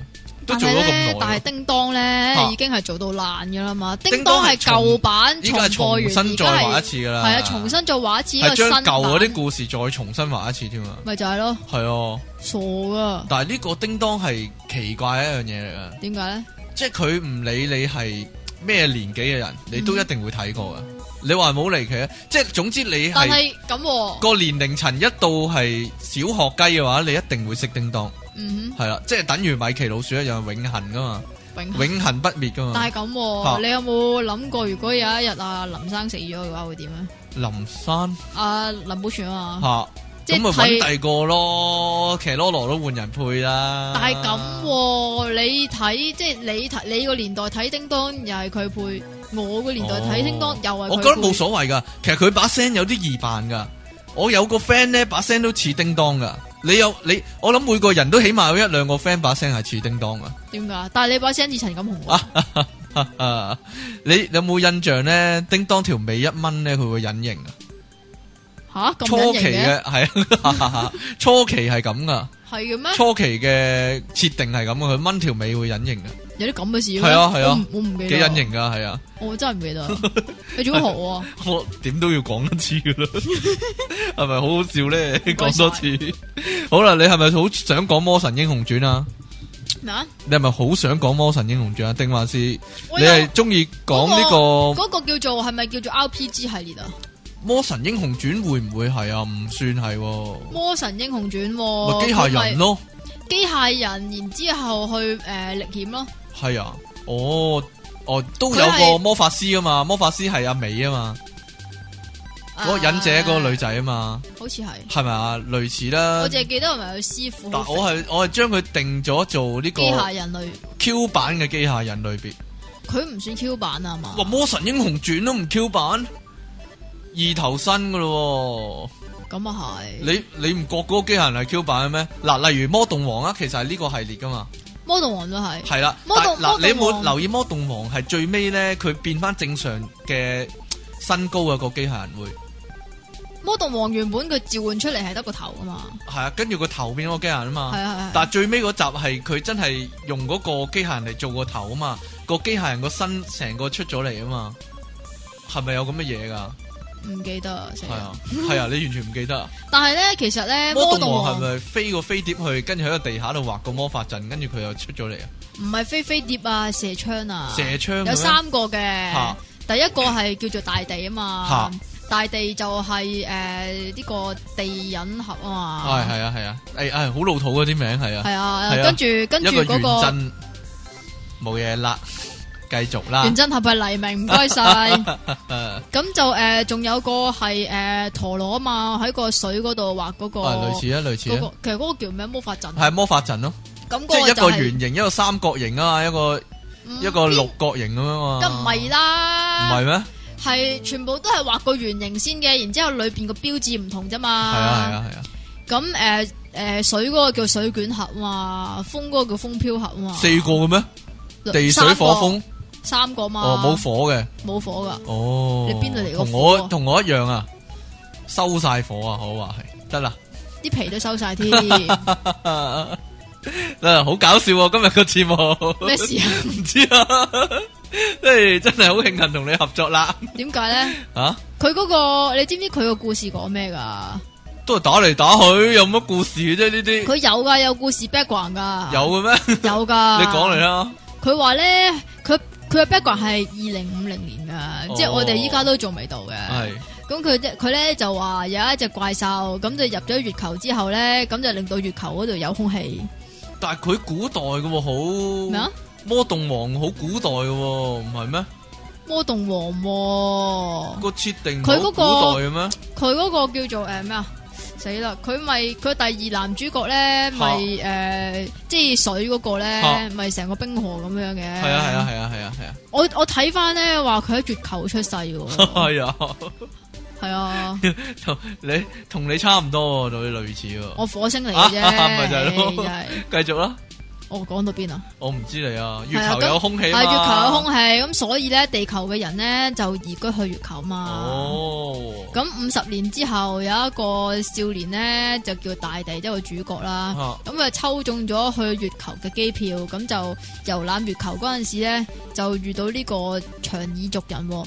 A: 都
B: 但
A: 做
B: 係
A: 咗
B: 咧
A: 咁，
B: 但係
A: 耐。
B: 叮當咧
A: 嚇
B: 已經係做到爛噶啦嘛。叮
A: 叮
B: 當
A: 當係
B: 係舊版
A: 依
B: 重
A: 家係
B: 播完，
A: 重
B: 而
A: 新再
B: 家
A: 畫一
B: 係
A: 次噶啦，
B: 係啊，重新再畫一次一
A: 係
B: 個新
A: 將
B: 版
A: 舊嗰啲故事再重新畫一次添啊。
B: 咪就係咯，
A: 係啊，
B: 傻噶，
A: 但係呢個叮當係奇怪一樣嘢嚟噶，
B: 點解咧？
A: 即係佢唔理你係咩年紀嘅人，你都一定會睇過噶。你話冇離奇啊？即係總之你
B: 但
A: 係
B: 係咁喎，
A: 個年齡層一到係小學雞嘅話，你一定會識叮當，
B: 嗯
A: 係啦，即係等於米奇老鼠一樣永恆噶嘛，
B: 哼，永恆
A: 永恆不滅噶嘛
B: 但。係咁
A: 嚇
B: 喎，你有冇諗過如果有一日啊林生死咗嘅話會點咧？
A: 林山
B: 啊林保全啊嘛，
A: 吓。
B: 即
A: 咁咪揾第
B: 係
A: 二個咯，騎羅羅都換人配啦。
B: 但係咁喎，你睇即係你睇你個年代睇叮當又係佢配，我個年代睇叮當又係佢
A: 哦我覺得冇
B: 配
A: 所謂噶。其實佢把聲有啲易扮噶，我有個 friend 咧把聲都似叮當噶，你有你，我諗每個人都起碼有一兩個 friend 把聲係似叮當啊！
B: 點噶？但係你把聲似陳錦鴻喎，
A: <laughs> 你你有冇印象咧？叮當條尾一蚊咧，佢會隱形啊！
B: 吓咁
A: 初
B: 隱
A: 期
B: 形嘅，
A: 嘅係啊， <laughs> 初期係咁
B: <laughs>
A: 噶，
B: 係嘅咩？
A: 初期嘅設定係咁噶，佢掹條尾會隱形噶，
B: 有啲咁嘅事咩
A: 係啊係啊
B: 我唔我唔記
A: 幾
B: 得，
A: 隱，形噶，係啊。
B: 我真係唔
A: <laughs>
B: 記得。你做乜學我？啊
A: 我點都要講一次噶啦，係咪好好笑咧？
B: <laughs> 該
A: 講多次，好啦，你係咪好想講《魔神英雄傳》啊？
B: 咩啊？
A: 你係咪好想講《魔神英雄傳》啊？定還是 <laughs> 你
B: 我有
A: 係中意講呢個《
B: 嗰個叫做係咪叫做 RPG 系列啊？
A: 魔神英雄傳》會唔會係啊？唔算係喎，
B: 魔神英雄傳
A: 咪
B: 喎，
A: 機械人咯，
B: 佢咪機械人，然之後去誒歷險咯。
A: 係啊，哦哦，都
B: 佢
A: 有
B: 係
A: 個魔法師啊嘛，魔法師係阿美啊嘛，嗰個
B: 啊
A: 忍者嗰個女仔啊嘛，
B: 好似係，
A: 係咪啊？類似啦
B: 我，淨係記得係咪佢師傅
A: 但
B: 好
A: 我
B: 肥
A: 係我係將佢定咗做呢個
B: 機。械人類，
A: Q 版嘅機械人類別，
B: 佢唔算 Q 版啊嘛
A: 哇！。魔神英雄傳都唔 Q 版，二頭身噶咯
B: 咁啊
A: 喎，
B: 係，
A: 你你唔覺嗰個機械人係 Q 版嘅咩？嗱，例如魔動王啊，其實係呢個系列噶嘛，
B: 魔動王都係。
A: 係啦。
B: 魔動
A: 但嗱，
B: 魔動王
A: 你有冇留意魔動王係最尾咧，佢變翻正常嘅身高啊個機械人會
B: 魔動王原本佢召喚出嚟係得個頭噶嘛。
A: 係啊，跟住個頭變咗個機械人啊嘛。
B: 係啊係啊。
A: 但最尾嗰集係佢真係用嗰個機械人嚟做個頭啊嘛，個機械人個身成個出咗嚟啊嘛，係咪有咁嘅嘢噶？
B: 唔記得死
A: 系
B: 啦
A: 啊。，系啊，你完全唔記得啊！
B: 但係咧，其實咧，
A: 魔動
B: 魔動
A: 王係
B: 王
A: 咪飛個飛碟去，跟住喺個地下度畫個魔法陣，跟住佢又出咗嚟啊？
B: 唔係飛飛碟啊、射槍啊，
A: 射槍
B: 有
A: 嘅咩
B: 三個嘅。
A: 嚇
B: 第一個係叫做大地啊嘛
A: 嚇，
B: 大地就係誒呢個地引盒啊
A: 係
B: 嘛，
A: 係啊係啊，誒誒好老土嗰啲名係啊，
B: 係啊，
A: 係啊
B: 跟住跟
A: 一
B: 住
A: 個
B: 嗰
A: 元
B: 個
A: 鎮冇嘢啦，繼續啦
B: 原，真盒係黎明，唔該
A: <laughs>
B: 晒。
A: 誒
B: 咁就誒仲有個係誒陀螺啊嘛，喺個水嗰度畫嗰個，
A: 啊類似啊類似
B: 嗰
A: 啊，
B: 個其實嗰個叫咩魔法陣啊，
A: 係魔法陣咯，
B: 咁
A: 即
B: 嗰
A: 係
B: 個
A: 一
B: 就
A: 個
B: 係
A: 圓形，一個三角形啊嘛，一個
B: 嗯
A: 一個六
B: 邊
A: 角形咁樣嘛，啊
B: 梗唔係
A: 唔
B: 啦，啊
A: 係咩？
B: 係全部都係畫個圓形先嘅，然之後裏邊個標誌唔同啫
A: 係
B: 嘛。
A: 啊係啊係啊，
B: 咁誒誒水嗰個叫水卷盒嘛，風嗰個叫風飄盒嘛。
A: 四個嘅咩？地水
B: 三個啊
A: 火風，
B: 三個嘛。
A: 哦冇火嘅。
B: 冇火噶，
A: 哦，
B: 你邊度嚟個
A: 同
B: 火
A: 我
B: 啊
A: 同我一樣啊，收晒火啊，我話係得啦， <laughs>
B: 啲皮都收晒添。咩
A: 得啦，好搞笑啊！今日個節目
B: 事啊？
A: <laughs> 唔知啊，即係真係好慶幸同你合作啦，
B: 點解咧？
A: 啊，
B: 佢嗰個你知唔知佢個故事講咩噶？
A: 都係打嚟打去，有乜故事啫？呢啲
B: <laughs> 佢有噶，有故事 background 噶。
A: 有嘅咩？
B: 有噶。
A: 你講嚟。啦，
B: 佢話咧，佢佢嘅 background 係二零五零年噶，即係
A: 哦
B: 我哋依家都仲未到嘅。
A: 係
B: 咁佢佢咧就話有一隻怪獸，咁就入咗月球之後咧，咁就令到月球嗰度有空氣。
A: 但係佢古代嘅喎，
B: 咩
A: 好
B: 啊？
A: 魔動王好古代嘅喎，唔係咩？
B: 魔動王喎、
A: 個設定唔係
B: 佢嗰
A: 好古
B: 個
A: 代嘅咩？
B: 佢嗰個叫做誒咩啊？死啦！佢咪佢第二男主角咧，咪誒即係水嗰個咧
A: 嚇，
B: 咪成個冰河咁樣嘅。
A: 係啊係啊！係啊係啊係啊
B: 我我睇翻咧話佢喺月球出世
A: <laughs>
B: 喎，
A: 係啊！
B: 係啊，
A: <laughs> 同你同你差唔多喎，同你類似喎。
B: 我火星
A: <laughs>
B: 嚟嘅啫，
A: 啊咪就係咯
B: 真係
A: 繼續啦，
B: 我講到邊啊？
A: 我唔知你啊。月
B: 係啊
A: 球
B: 咁
A: 有空氣
B: 係
A: 嘛
B: 月球有空氣，咁所以咧地球嘅人咧就移居去月球嘛。
A: 哦，
B: 咁五十年之後有一個少年咧就叫大地，一個主角啦。
A: 啊
B: 咁佢抽中咗去月球嘅機票，咁就遊覽月球嗰陣時咧，就遇到呢個長耳族人喎，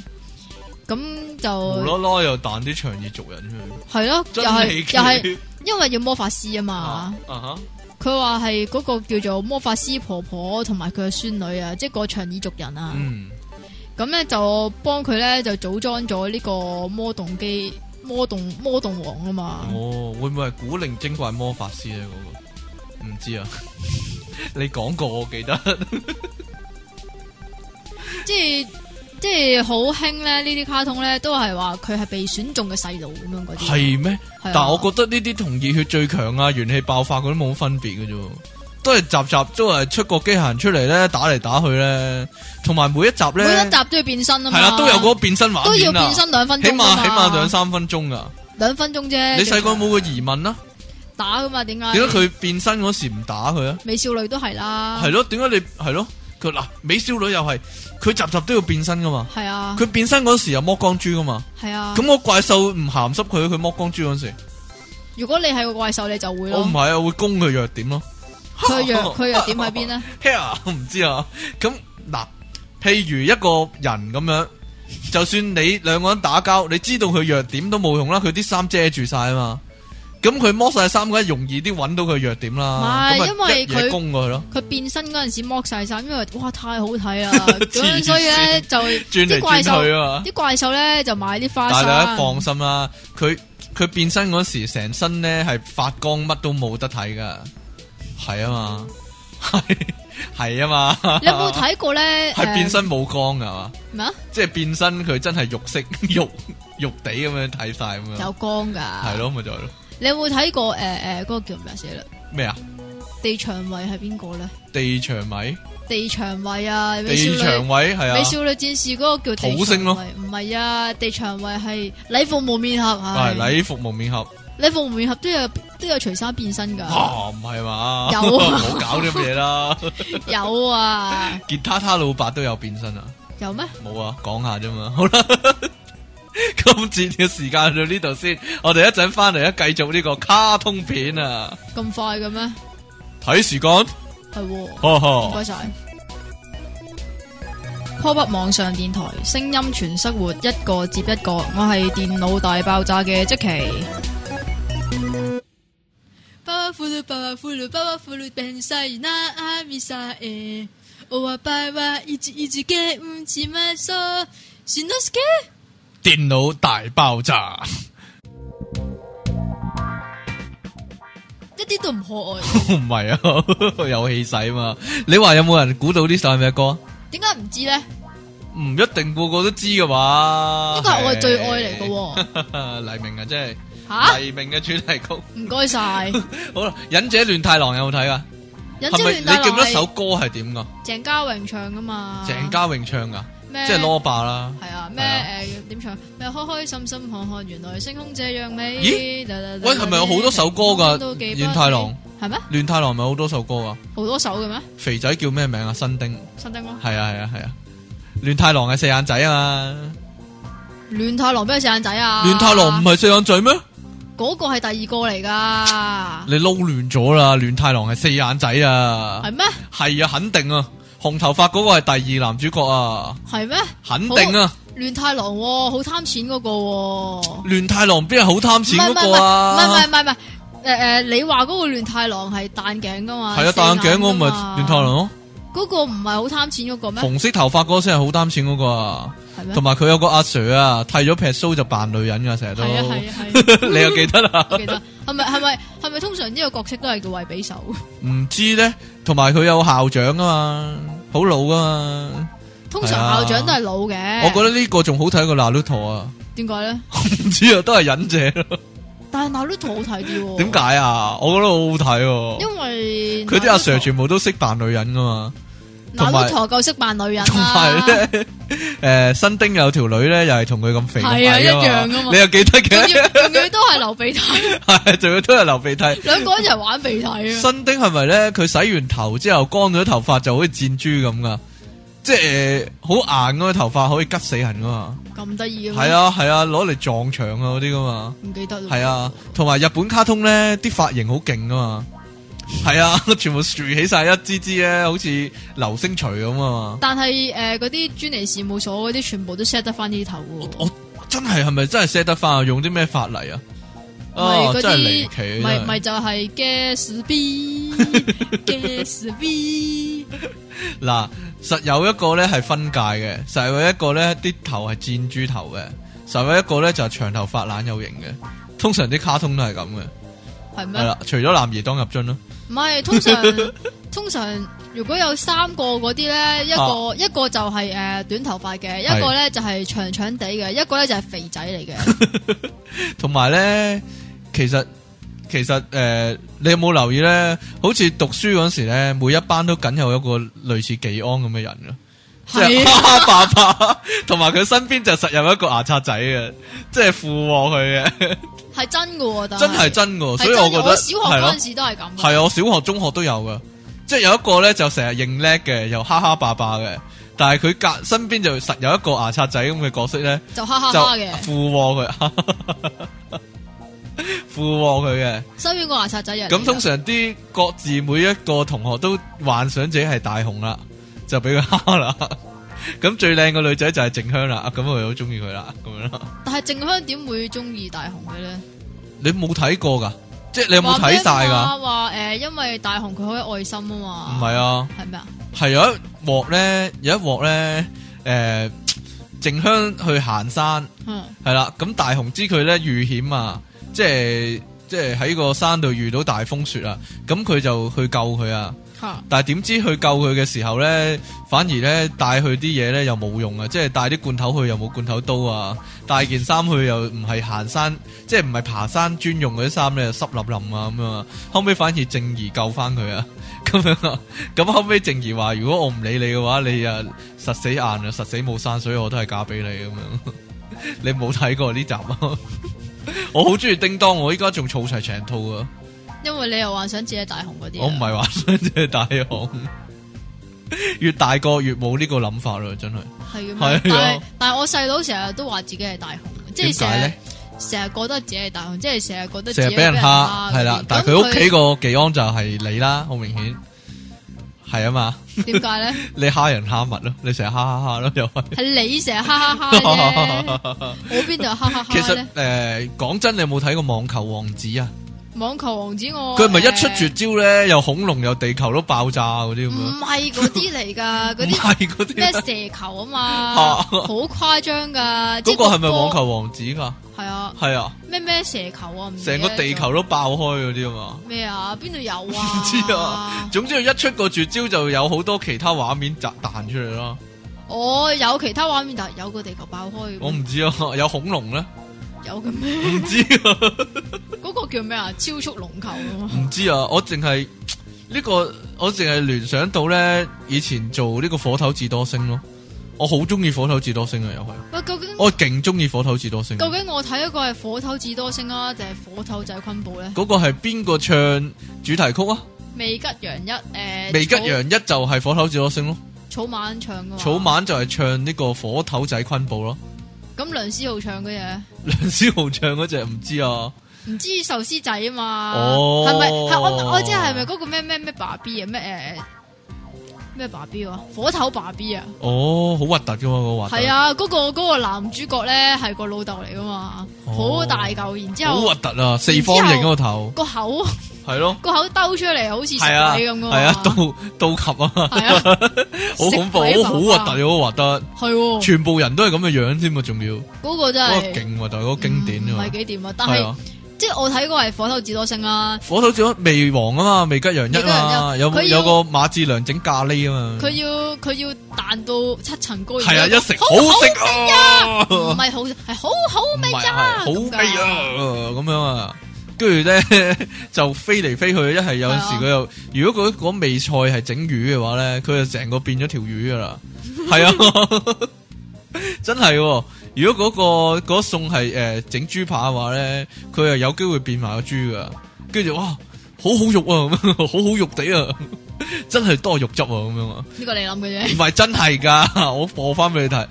B: 咁
A: 無
B: 就
A: 啦啦又彈啲長耳族人出去，
B: 係咯，又
A: 真
B: 係
A: 離奇
B: 又係因為要魔法師啊嘛
A: 啊，啊
B: 佢話係嗰個叫做魔法師婆婆同埋佢嘅孫女啊，即係個長耳族人
A: 哈
B: 啊，
A: 嗯，
B: 咁咧、就幫佢咧就組裝咗呢個魔動機、魔動魔動王啊嘛，
A: 哦，會唔會係古靈精怪魔法師咧？嗰個唔知啊， <laughs> 你講過我記得，
B: 即係即係好興咧呢啲卡通咧都係話佢係被選中嘅細路咁樣嗰啲，
A: 係咩？
B: 係啊
A: 但我覺得呢啲同熱血最強啊、元氣爆發嗰啲冇乜分別嘅啫，都係集集都係出個機械人出嚟咧，打嚟打去咧，同埋每一集
B: 每一
A: 咧。
B: 集都要變身啊嘛，
A: 系啦，都有嗰個變身畫
B: 都要
A: 面啊
B: 變身兩分鐘
A: 起
B: 㗎嘛
A: 碼起碼兩三分鐘噶。啊
B: 兩分鐘啫。
A: 你細個有冇個疑問啦？
B: 打噶嘛？點解？
A: 点解佢變身嗰時唔打佢啊？
B: 美少女都係啦？
A: 係咯，點解你係咯？佢嗱美少女又係佢集集都要變身噶嘛？
B: 係啊，
A: 佢變身嗰時又剝光珠噶嘛？
B: 係啊。
A: 咁我怪獸唔鹹濕佢，佢剝光珠嗰時，
B: 如果你係個怪獸，你就會
A: 我
B: 咯
A: 唔。係啊，會攻佢弱點咯。
B: 佢
A: <laughs>
B: 弱佢弱點喺邊呢？啊
A: hair 唔知啊。咁嗱，譬如一個人咁樣，就算你兩個人打交，你知道佢弱點都冇用啦，佢啲衫遮住晒啊嘛。咁佢剝晒衫，梗係容易啲揾到佢弱點啦。
B: 唔係
A: 咁咪
B: 因為
A: 一嘢
B: 佢
A: 攻過去咯。
B: 佢變身嗰陣時剝晒衫，因為哇太好睇
A: <laughs>
B: 啦，咁所以咧就
A: 轉嚟
B: 啲怪
A: 轉去
B: 獸
A: 啊嘛。
B: 啲怪獸咧就買啲花
A: 但係大家啊
B: 衫，
A: 放心啦，佢佢變身嗰時，成身咧係發光，乜都冇得睇噶，係啊嘛，係係啊嘛。
B: 你有冇？睇過
A: <laughs>
B: 咧？
A: 係
B: 誒
A: 變身冇光噶嘛？
B: 咩啊？
A: 即係變身佢真係肉色 <laughs> 肉肉地咁樣睇晒咁樣，
B: 有啊光㗎，
A: 嗯係。咯咪就係咯
B: 你有冇睇過誒誒嗰個叫咩寫啦？
A: 咩啊？
B: 地長位係邊個咧？
A: 地長米，
B: 地長位啊，美
A: 地
B: 少
A: 長
B: 女
A: 位係
B: 美
A: 啊，
B: 少女戰士嗰個叫地
A: 土星咯
B: 長位，唔係啊，地長位係禮服無面俠
A: 哦係
B: 係，
A: 禮服蒙面俠，
B: 禮服無面俠都有都有除衫變身㗎，
A: <laughs> 哇唔係嘛？
B: 啊有啊
A: 冇搞啲咩啦？
B: 有啊，
A: 吉他他老伯都有變身啊？
B: 有咩？
A: 冇啊，講下啫嘛。 <laughs> 好啦，今節嘅時間到呢度先，我哋一陣翻嚟咧啊繼續呢個卡通片啊，
B: 咁快嘅咩？
A: 睇時間，
B: 係喎。
A: 哈
B: 唔
A: 哈
B: 该，晒。科北网上电台，声音全生活，一个接一个。我系电脑大爆炸嘅即奇。巴巴呼噜巴巴呼噜巴巴呼噜变晒那阿弥撒诶，我话拜话一直一直嘅唔似乜嗦，是诺斯嘅。
A: 電腦大爆炸。
B: 一啲都唔可愛，
A: 唔系啊， <laughs> 有气势嘛？你话有冇人估到呢首系咩歌啊？
B: 點解唔知咧？
A: 唔一定个个都知噶嘛。
B: 呢個係我嘅最愛嚟嘅喎
A: 喎， <laughs> 黎明啊，即系
B: 吓，
A: 黎明嘅主題曲。 <laughs>
B: 唔該晒。
A: 好啦，《忍者亂太郎》有冇睇啊？
B: 忍者
A: 係咪
B: 亂
A: 你
B: 大
A: 記唔記
B: 郎
A: 得首
B: 係啊
A: 歌係點噶？
B: 鄭嘉穎唱噶嘛？
A: 鄭嘉穎唱噶，
B: 咩
A: 即係羅霸啦。
B: 系啊，咩
A: 係啊
B: 诶点唱咩開開心心看看，原來星空這樣美。
A: 咦
B: 喂
A: 喂，係咪有好多首歌噶？亂太郎，
B: 係咩？
A: 亂太郎咪好多首歌啊？
B: 好多首嘅咩？
A: 肥仔叫咩名啊？新丁，
B: 新丁咯，
A: 係啊係啊係啊。亂太郎係四眼仔啊嘛，
B: 亂太郎俾佢四眼仔啊！
A: 亂太郎唔係四眼仔咩？
B: 嗰個係第二個嚟㗎，
A: 你撈亂咗啦，亂太郎係四眼仔啊，
B: 係咩？
A: 係啊，肯定啊，紅頭髮嗰個係第二男主角啊，
B: 係咩？
A: 肯定啊，
B: 亂太郎喎，好貪錢嗰個喎，唔
A: 亂太郎邊係好貪錢
B: 係唔係
A: 嗰
B: 唔
A: 個
B: 係唔係
A: 啊？
B: 唔係唔係诶诶，誒你話嗰個亂太郎係戴眼鏡㗎嘛？
A: 係啊，戴眼鏡嗰個咪亂
B: 亂
A: 太郎咯，
B: 嗰個唔係好貪錢嗰個咩？
A: 紅色頭髮嗰個先係好貪錢嗰個啊，
B: 係咩
A: 同？埋佢有個阿 Sir 啊，剃咗劈須就扮女人噶，成日都，
B: 係啊係啊係啊！
A: <laughs> 你又記得啦？
B: 我記得係咪係咪係咪通常呢個角色都係叫惠比壽？
A: <laughs> 唔知咧，同埋佢有校長啊嘛，好老噶嘛，
B: 通常校長都係老嘅。
A: 啊我覺得呢個仲好睇過 Naruto 啊， <laughs>
B: 點解咧？
A: 唔知啊，都係忍者咯。
B: 但係 Naruto 好睇啲喎。
A: 点？解啊？我覺得好好睇喎。
B: 哦因為
A: 佢啲阿 Sir 全部都識扮女人噶嘛，同埋
B: Naruto 夠識扮女人啊
A: 同
B: <laughs>
A: 埋
B: 啦，
A: 咧，诶， <laughs> 新丁有條女咧，又係同佢咁肥咁
B: 係啊
A: 矮
B: 一樣㗎嘛
A: 你又記得
B: 仲
A: 嘅？
B: 要仲要都係流鼻涕，
A: 係， <laughs> 仲要都係流鼻涕。
B: <laughs> 兩個一齊玩鼻涕啊！
A: 新丁係咪咧？佢洗完頭之後乾咗頭髮就好似箭豬咁噶，即係诶好硬嗰個頭髮可以拮死人噶嘛？
B: 咁得意嘅咩
A: 係，啊係啊，攞嚟撞牆啊嗰啲噶嘛。
B: 唔記得啦
A: 系啊，，同埋日本卡通咧，啲髮型好勁噶嘛，係啊， <laughs> 全部豎起晒一支支咧，好似流星錘咁啊嘛！
B: 但係誒嗰啲專尼事務所嗰啲全部都 set 得翻呢啲頭嘅喎。
A: 我真係係咪真係 set 得翻啊？用啲咩法例啊？
B: 咪
A: 啊，
B: 嗰
A: 真係離
B: 啲，
A: 奇
B: 咪
A: 啊！
B: 咪就係 gas
A: <laughs> 真係
B: b，gas b，
A: 嗱，實有一個咧係分界嘅，實有一個咧啲頭係箭豬頭嘅，實有一個咧就係長頭髮懶有型嘅。通常啲卡通都係咁嘅，
B: 係咩
A: 係？啦，除咗男兒當入樽咯，
B: 唔係，通常通常如果有三個嗰啲咧，一個、
A: 啊
B: 一個就係誒短頭髮嘅，一個咧就係長長地嘅，一個咧就係肥仔嚟嘅。
A: 同埋咧，其實其實诶、呃你有冇留意咧？好似讀書嗰時咧，每一班都梗有一個類似技安咁嘅人噶，即啊系
B: 係
A: 哈爸爸，同埋佢身邊就實有一個牙刷仔嘅，即係附和佢嘅，
B: 系真噶喎，但
A: 真係真噶，
B: 係
A: 所以我
B: 真
A: 覺
B: 嘅
A: 得
B: 我小學
A: 係
B: 嗰
A: 咯
B: 阵，时都係咁㗎。
A: 係啊，我小學、中學都有噶，即係有一個咧就成日認叻嘅，又哈哈爸爸嘅，但係佢隔身邊就實有一個牙刷仔咁嘅角色咧，
B: 就哈哈
A: 就啊
B: 哈嘅，
A: 附和佢， <laughs> 附和佢嘅。
B: 收邊個牙刷仔人嚟㗎？
A: 咁通常啲各自每一個同學都幻想自己係大雄啦，就俾佢蝦啦。 <laughs> 咁最靚個女仔就係靜香啦，咁我就好中意佢啦，咁樣啦。
B: 但係靜香點會中意大雄嘅咧？
A: 你冇睇過噶？即係你有冇睇
B: 話
A: 晒
B: 咩嘛
A: 噶？
B: 話诶，因為大雄佢可以愛心啊
A: 唔
B: 嘛。
A: 係啊，
B: 係咩啊？
A: 係有一幕咧，有一幕咧，诶、靜香去行山
B: 嗯，
A: 係啦，咁大雄知佢咧遇險啊，即係即系喺個山度遇到大風雪啊，咁佢就去救佢啊。
B: 吓
A: 但系點知去救佢嘅時候咧，反而咧帶佢啲嘢咧又冇用啊！即係帶啲罐頭去又冇罐頭刀啊，帶件衫去又唔係行山，即係唔係爬山專用嗰啲衫咧，濕立冧啊咁樣啊。後尾反而正義救翻佢啊， <laughs> 咁樣啊。咁後尾正義話：如果我唔理你嘅話，你啊實死硬啊，實死冇山，所以我都係嫁俾你咁樣。 <laughs> 你冇睇過呢集啊？ <laughs> 我好中意叮當，我依家仲儲齊成套啊！
B: 因為你又幻想自己係大雄嗰啲啊。
A: 我唔係話想即係大雄，越大個越冇呢個諗法啦，真係。
B: 系嘅
A: 係啊
B: 咩？但係但係我細佬成日都話自己係大雄，即
A: 點解
B: 係成日
A: 咧？
B: 成日覺得自己係大雄，即係成日覺得自
A: 成日
B: 己
A: 俾人
B: 蝦
A: 蝦係啦
B: 咁，
A: 但係佢屋企個技安就係你啦，好明顯係啊嘛，
B: 點
A: <laughs>
B: 解咧？
A: 你蝦人蝦物咯，你成日蝦蝦蝦咯，又係。
B: 係你成日哈哈哈啫，我邊度有哈哈
A: <laughs> 其
B: 哈
A: 實
B: 咧？
A: 诶，講真，你有冇睇過網球王子啊？
B: 網球王子我
A: 佢咪一出
B: 誒
A: 絕招咧，又恐龍又地球都爆炸嗰啲咁
B: 唔
A: 樣，
B: 係嗰啲
A: <laughs>
B: 嚟㗎，嗰
A: 唔
B: 啲
A: 係嗰啲
B: 嗯咩
A: 咩。
B: 射
A: <laughs>
B: 球啊嘛，
A: 嚇
B: 好誇張㗎。即
A: 嗰個係咪網
B: 波？
A: 球王子㗎？
B: 係啊，
A: 係啊，
B: 咩咩射球啊，唔記得
A: 成個地球
B: 咗
A: 都爆開嗰啲啊嘛。
B: 咩啊？邊度有
A: <laughs> 唔
B: 啊？
A: 知啊，總之佢一出個絕招就有好多其他畫面擲彈出嚟咯。
B: 我有其他畫面，但係有個地球爆開，
A: 我唔知啊，有恐龍咧，
B: 有嘅咩？
A: 唔知啊，
B: 嗰個叫咩啊？超速龍球啊
A: <laughs>
B: 嘛，
A: 唔知啊，我淨係呢個，我淨係聯想到咧，以前做呢個火頭智多星咯，我好中意火頭智多星啊，又係，
B: 喂，究竟
A: 我勁中意火頭智多星。啊
B: 究竟我睇嗰個係火頭智多星啊，定係火頭仔昆布咧？
A: 嗰個係邊個唱主題曲啊？
B: 未吉陽一诶，
A: 未吉陽一就係火頭智多星咯，
B: 草草蜢唱噶嘛？
A: 草蜢就係唱呢個火頭仔昆布咯，
B: 咁梁思浩唱嘅嘢，
A: 梁思浩唱嗰只唔知啊。
B: 唔知壽司仔啊嘛？
A: 哦
B: 係咪係我我知係咪嗰個咩咩咩爸 B 啊？咩诶咩爸 B 啊？火頭爸 B 啊？
A: 哦，好核突噶嘛，個核突。
B: 係啊，嗰個嗰個男主角咧係個老豆嚟噶嘛，
A: 哦
B: 好大嚿，然之
A: 好
B: 後
A: 核突啊！四方形嗰個頭，
B: 個口，
A: 系咯
B: 個口兜出嚟好似食
A: 係啊，
B: 鬼咁噶
A: 係
B: 嘛？
A: 啊，倒倒及啊，
B: 係啊，
A: <laughs> 好恐怖，
B: 食鬼
A: 好好
B: 爸
A: 核
B: 爸
A: 突，好核突，
B: 係喎。
A: 全部人都係咁嘅樣添啊，仲要
B: 嗰個真
A: 嗰
B: 係
A: 個勁喎，但係嗰個經典
B: 唔
A: 啊
B: 係，幾掂啊！但
A: 係
B: 係
A: 啊，
B: 即係我睇過係《火頭智多星》啦，
A: 火土咗未王啊嘛，未吉陽
B: 未
A: 一
B: 吉陽
A: 啊
B: 一
A: 嘛，有
B: 佢要
A: 有個馬志良整咖喱啊嘛，
B: 佢要佢要彈到七層高，
A: 係啊，
B: 然之
A: 一
B: 後
A: 食
B: 好
A: 食啊，
B: 好唔係好係好好味
A: 係
B: 啊咋，
A: 好味啊，咁樣啊。跟住咧 <laughs> 就飛嚟飛去，一係有陣時佢
B: 啊
A: 又，如果嗰嗰味菜係整魚嘅話咧，佢就成個變咗條魚噶啦，係啊， <laughs> 真係喎、如果嗰、個嗰餸係誒整豬扒嘅話咧，佢又有機會變埋個豬噶。跟住哇，好好肉啊，咁樣好好肉地啊， <laughs> 真係多肉汁啊，咁樣啊。
B: 咁㗎呢個你諗嘅啫。
A: 唔係真係噶， <laughs> 我播翻俾你睇啊！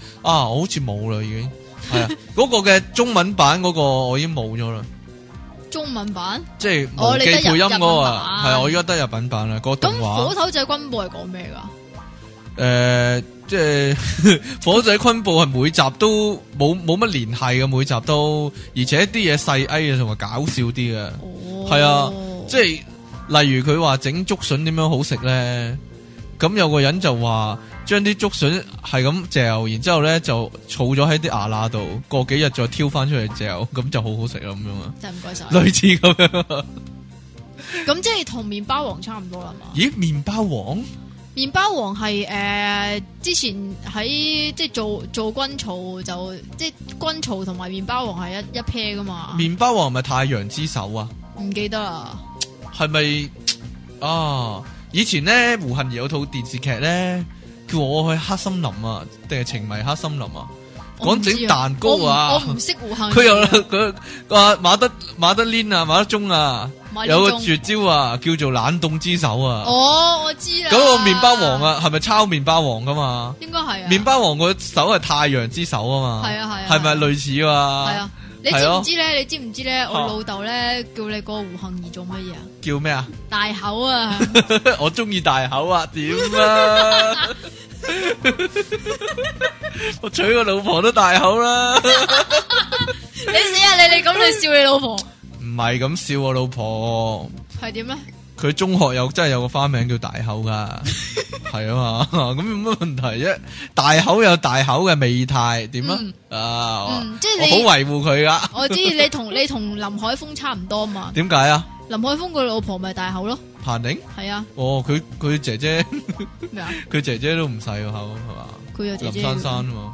A: 我好似冇啦，已經係
B: <laughs>
A: 啊，嗰個嘅中文版嗰個我已經冇咗啦，
B: 中文版
A: 即係
B: 哦
A: 無
B: 你
A: 記
B: 得
A: 配音嗰
B: 日
A: 個
B: 文
A: 啊，
B: 版
A: 係啊我而家得日本版啦，嗰個
B: 咁
A: 動
B: 《火
A: 畫
B: 頭仔軍部》係講咩㗎？
A: 誒，即係 <laughs> 火仔昆布係每集都冇冇乜聯繫嘅，每集都而且啲嘢細埃嘅同埋搞笑啲嘅。
B: 哦，
A: 係啊即係例如佢話整竹筍點樣好食咧，咁有個人就話將啲竹筍係咁嚼，然之後咧就儲咗喺啲牙罅度，過幾日再挑翻出嚟嚼，咁就好好食啦咁樣啊，
B: 真係唔該晒。
A: 類似咁樣啊。
B: 咁即係同麵包王差唔多啦嘛。
A: 咦，麵包王
B: 麵包王係誒之前喺即係做做軍曹就即係軍曹同埋麵包王係一一 pair 㗎嘛，
A: 麵包王係咪太陽之手啊？
B: 唔記得啦。
A: 係咪啊？以前咧胡杏兒有套電視劇咧，叫我去黑森林啊，定係情迷黑森林啊？
B: 我唔
A: 講
B: 知
A: 整蛋糕啊
B: 我唔我唔識胡杏兒啊。
A: <laughs> 佢有佢阿馬德馬德蓮啊，馬德鐘啊，
B: 馬德鐘
A: 有個絕招啊，叫做冷凍之手啊。
B: 哦，我知啦。
A: 嗰個麵包王，啊，係咪抄麵包王噶嘛？
B: 應該係啊。
A: 麵包王個手係太陽之手啊嘛，
B: 係啊係啊
A: 係咪類似啊？
B: 係啊，你
A: 係
B: 知
A: 咯
B: 唔知咧？你知唔知咧？我
A: 啊
B: 老豆咧叫你個胡杏兒做乜嘢啊？
A: 叫咩啊？ <laughs>
B: 大口啊！
A: 我中意大口啊，點啊？ <laughs> 我娶個老婆都大口啦，
B: 你死啊你！你咁你笑你老婆
A: 唔係咁笑我老婆。
B: 係點咧？
A: 佢中學有真係有個花名叫大口噶，
B: <laughs>
A: 係啊嘛， <laughs> 咁有乜問題啫？大口有大口嘅美態，點啊？啊，
B: 嗯即係
A: 我
B: 你
A: 好維護佢噶，
B: <laughs> 我知你同你同林海峰差唔多嘛。
A: 點解啊？
B: 林海峰個老婆咪大口咯，
A: 彭寧，
B: 係啊，
A: 哦，佢佢姐姐， <laughs>
B: 咩啊？
A: 佢姐姐都唔細個口係嘛？
B: 佢有姐姐
A: 林。珊珊啊嘛，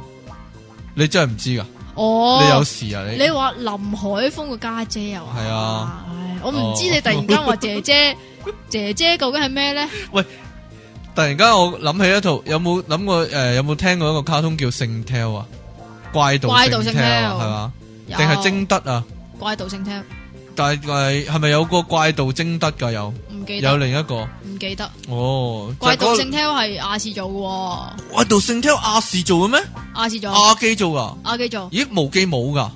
A: 你真係唔知噶？
B: 哦，
A: 你有事啊？
B: 你
A: 你
B: 話林海峰個家姐啊？
A: 係啊
B: 唉，我唔知
A: 哦
B: 你突然間話姐姐， <laughs> 姐姐究竟係咩咧？
A: 突然間我諗起一套，有冇諗過誒？有冇聽過一個卡通叫《聖 tell》啊？怪盜
B: 怪盜
A: 聖
B: Sing
A: tell
B: Tell
A: 係嘛？定
B: 有
A: 係貞德啊？
B: 怪盜聖聽，
A: 但係係咪有個怪盜貞德噶有？
B: 唔記
A: 有
B: 得，
A: 另一個
B: 唔記得。
A: 哦，
B: 怪盜
A: 盜
B: 聖 tell 係亞視做嘅
A: 怪盜聖 tell 亞視做嘅咩？
B: 喎，亞視做，
A: 亞記做噶？
B: 亞記做，
A: 咦，無記冇噶？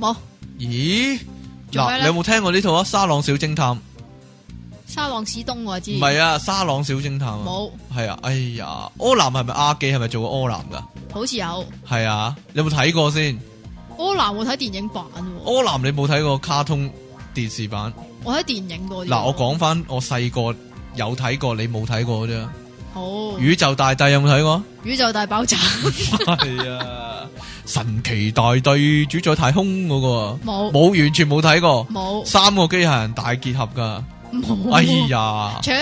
B: 冇
A: 咦？
B: 做
A: 嗱，
B: 咩
A: 你
B: 咧
A: 有冇聽過呢套啊？《沙朗小偵探》
B: 沙朗史東我知，
A: 唔係啊，《沙朗小偵探》啊，
B: 冇，
A: 係啊，哎呀，柯南係咪亞記係咪做過柯南噶？
B: 好似有。
A: 係啊，你有冇睇過先？
B: 柯南我睇電影版喎，
A: 柯南你冇睇過卡通電視版？
B: 我睇電影嗰啲。
A: 嗱，我講翻我細個有睇過，你冇睇過啫。
B: 好
A: 宇宙大帝有冇睇過？
B: 宇宙大
A: <laughs>
B: 爆炸
A: 系啊，神奇大帝主宰太空嗰、個啊，
B: 冇
A: 冇完全冇睇過，
B: 冇
A: 三個機械人大結合噶，
B: 冇。啊
A: 哎呀，
B: 切，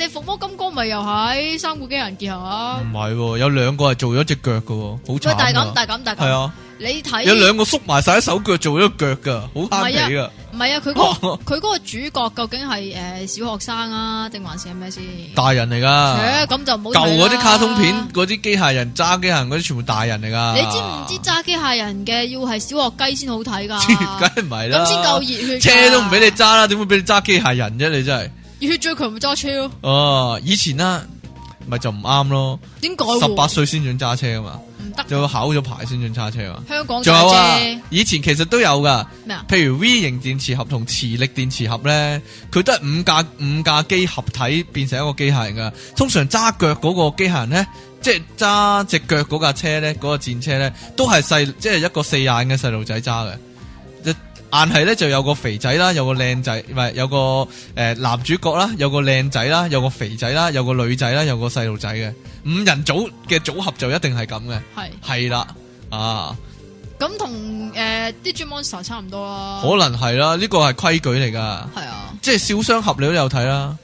B: 你伏魔金剛咪又係三個機人結合
A: 唔。係喎，有兩個係做咗只腳噶，好
B: 喂，大
A: 慘
B: 咁
A: 噶，
B: 大咁大
A: 係
B: 咁，
A: 啊，
B: 你睇
A: 有兩個縮埋晒一手腳做咗腳噶，好慳皮噶，
B: 唔係啊？佢
A: <laughs>
B: 個佢嗰個主角究竟係诶小學生啊，定還是係咩先？
A: 大人嚟
B: 切，
A: 噶，
B: 咁就冇
A: 舊嗰啲卡通片嗰啲機械人揸機械人嗰啲全部大人嚟噶，
B: 你知唔知揸機械人嘅要係小學雞先好睇㗎？
A: <laughs> 梗係唔係啦，
B: 咁先夠熱血㗎。
A: 車都唔俾你揸啦，點會俾你揸機械人啫？你真係，
B: 熱血最強咪揸車咯？
A: 哦，以前啦，咪就唔啱咯。
B: 點改喎？
A: 十八歲先准揸車啊嘛，
B: 唔得。
A: 就考咗牌先准揸車啊嘛。
B: 香港
A: 仲有啊
B: 姐，
A: 以前其實都有噶，
B: 咩啊？
A: 譬如 V 型電池盒同磁力電池盒咧，佢都係五架五架機合體變成一個機械人噶。通常揸腳嗰個機械人咧，即係揸只腳嗰架車咧，嗰、個戰車咧，都係細即係一個四眼嘅細路仔揸嘅。就硬係咧就有個肥仔啦，有個靚仔，唔係有個誒、呃男主角啦，有個靚仔啦，有個肥仔啦，有個女仔啦，有個細路仔嘅五人組嘅組合就一定係咁嘅，
B: 係
A: 係啦啊。
B: 咁同誒 Digimon Monster 差唔多啦。
A: 可能係啦，呢個係規矩嚟噶，
B: 係啊，
A: 即係小雙俠你都有睇啦，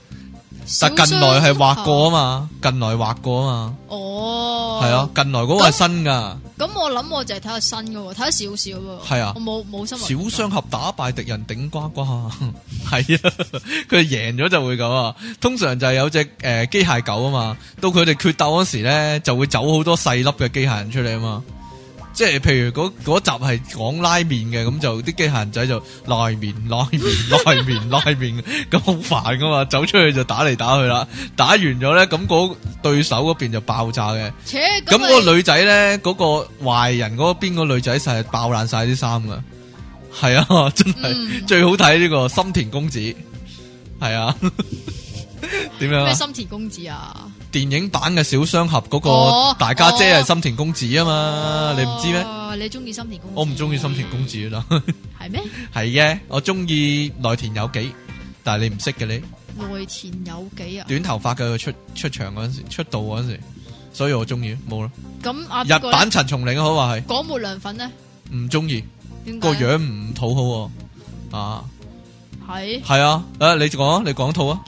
A: 但
B: 小
A: 近來係
B: 雙
A: 畫過啊嘛，近來畫過啊嘛，
B: 哦，
A: 係啊，。近來嗰個係新噶，
B: 咁我諗我就係睇下新嘅喎，睇少少喎。
A: 係啊
B: 我冇冇新
A: 小雙俠打敗敵人頂呱 <laughs> 呱，係啊，佢贏咗就會咁啊，通常就係有隻誒機械狗啊嘛，到佢哋決鬥嗰時咧就會走好多細粒嘅機械人出嚟啊嘛。即係譬如嗰嗰集係講拉麵嘅，咁就啲機械人仔就拉麵 <laughs> 拉麵拉麵拉麵，咁好煩噶嘛，走出去就打嚟打去啦，打完咗咧，咁嗰對手嗰邊就爆炸嘅，
B: 扯
A: 咁
B: 咁
A: 嗰
B: 咪
A: 個女仔咧，嗰、個壞人嗰邊個女仔實係爆爛晒啲衫噶，係啊， <laughs> 真係、
B: 嗯
A: 最好睇呢、個心田公子，係啊， <laughs> 點樣
B: 咩
A: 啊？
B: 心田公子啊？
A: 電影版嘅小雙俠嗰
B: 哦
A: 個大家姐
B: 哦
A: 係心田公子啊嘛，你唔知咩？
B: 哦？你中意心田公子？
A: 我唔中意心田公子啦，
B: 係咩？
A: 係嘅，我中意內田有紀，但係你唔識嘅你，
B: 內田有幾啊？
A: 短頭髮嘅佢出出場嗰陣時，出道嗰陣時，所以我中意冇啦。
B: 咁啊，
A: 日版陳松伶好話係
B: 講沒良粉咧，
A: 唔中意。
B: 點解
A: 個
B: 啊
A: 樣唔討好喎、啊，
B: 係
A: 係啊，誒、你講啊，你講套啊，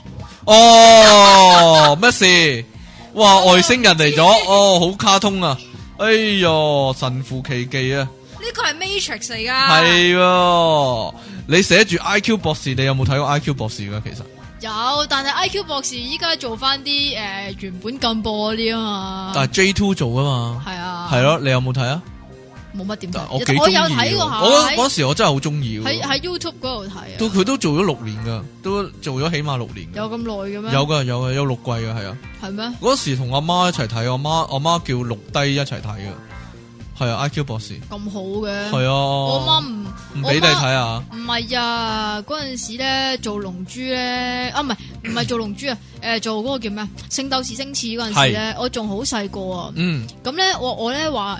A: 哦，乜事？哇，外星人嚟咗，哦，好卡通啊，哎唷，神乎其技啊，
B: 呢個係 Matrix 嚟㗎。
A: 係喎、你寫住 I Q 博士，你有冇睇過 I Q 博士噶？其實
B: 有，但系 IQ 博士依家做翻啲诶原本禁播嗰啲啊嘛，
A: 但系 J Two 做啊
B: 系啊，
A: 嘛，系，咯，你有冇睇啊？
B: 冇乜點
A: 但
B: 睇，
A: 我幾
B: 我
A: 中意
B: 有睇
A: 喎
B: 過下，
A: 我嗰
B: 喺
A: 嗰時我真係好中意喎。
B: 喺喺 YouTube 嗰度睇啊，
A: 到佢都做咗六年噶，都做咗起碼六年㗎。
B: 有咁耐嘅咩？
A: 有噶有噶有六季噶係啊！
B: 係咩？
A: 嗰時同阿媽一齊睇，我媽我媽叫錄低一齊睇嘅，係啊 IQ 博士
B: 咁好嘅，
A: 係啊，
B: 我媽
A: 我
B: 唔
A: 唔俾你
B: 我媽
A: 睇啊！
B: 唔係啊，嗰陣時咧做龍珠咧，啊唔係唔係做龍珠啊，誒做嗰個叫咩啊？聖鬥士星矢嗰陣時咧，我仲好細個啊，
A: 嗯
B: 咁咧我我咧話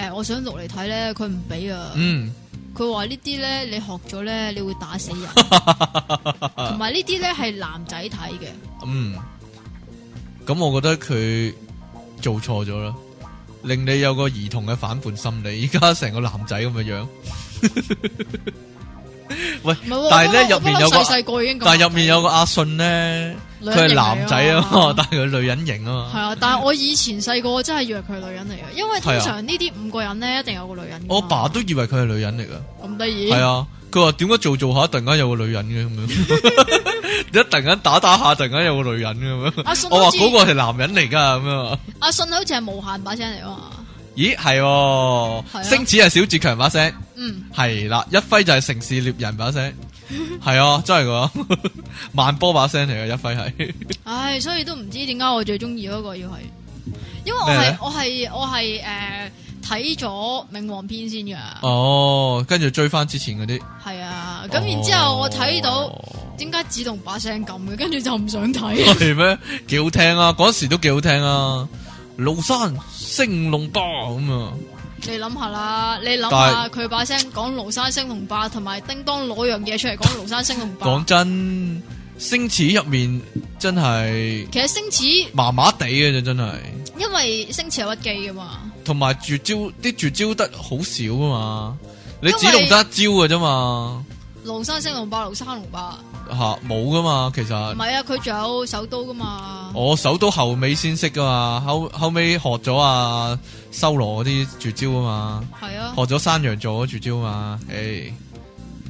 B: 誒誒，我想錄嚟睇咧，佢唔俾啊，
A: 嗯，
B: 佢話呢啲咧你學咗咧，你會打死
A: <laughs>
B: 人，同埋呢啲咧係男仔睇嘅，
A: 嗯，咁我覺得佢做錯咗啦，令你有個兒童嘅反叛心理，依家成個男仔咁嘅樣。 <laughs>
B: 唔係喎
A: 但係呢
B: 我覺得
A: 入面有個
B: 我覺得細細個已經咁，
A: 但系入面有個阿信咧，
B: 女
A: 佢係
B: 人型嚟啊
A: 男仔啊嘛，但係佢女人型啊
B: 係
A: 嘛。
B: 啊，但係我以前細個真係以為佢係女人嚟嘅，因為
A: 係
B: 通
A: 啊
B: 常呢啲五個人咧一定有個女人㗎嘛。
A: 我爸都以為佢係女人嚟噶，
B: 咁得意，
A: 係啊。佢話點解做做下突然間有個女人嘅咁
B: <laughs>
A: 樣，一突然間打打下突然間有個女人嘅咁樣。
B: 阿信
A: 我
B: 好
A: 話
B: 似
A: 嗰個係男人嚟噶咁樣。
B: 阿信好似係無限把聲嚟啊嘛，
A: 咦，係喎，
B: 啊
A: 星子係小志強把聲，
B: 嗯，
A: 係啦，一輝就係城市獵人把聲，係啊，真係 <laughs> 噶，萬波把聲嚟嘅一輝
B: <laughs>
A: 係。
B: 唉，所以都唔知點解我最中意嗰個要係，因為我
A: 咩
B: 係
A: 呢
B: 我係我係诶睇咗《冥王篇》先噶，
A: 哦，跟住追翻之前嗰啲。哦
B: 係啊，咁然之后我睇到點解自動把聲咁嘅，跟住就唔
A: <laughs>
B: 想睇，
A: 系咩？几好听啊！嗰時都幾好聽啊！廬山升龍霸咁啊！
B: 你諗下啦，你諗下佢把聲講廬山升龍霸同埋叮當攞樣嘢出嚟講廬山升龍霸
A: 講，真，星矢入面真係
B: 其實星矢
A: 麻麻地嘅啫，真係。
B: 因為星矢有屈機噶嘛，
A: 同埋絕招啲絕招得好少啊嘛，你
B: 因為
A: 只用得一招嘅啫嘛，
B: 廬山升龍霸廬山龍霸，
A: 吓冇噶嘛，其
B: 唔
A: 實
B: 係啊，佢仲有首刀噶嘛。
A: 我手到後尾先識噶嘛，後後尾學咗啊修羅嗰啲絕招啊嘛。
B: 系啊，
A: 學咗山羊座嗰絕招啊嘛，唉，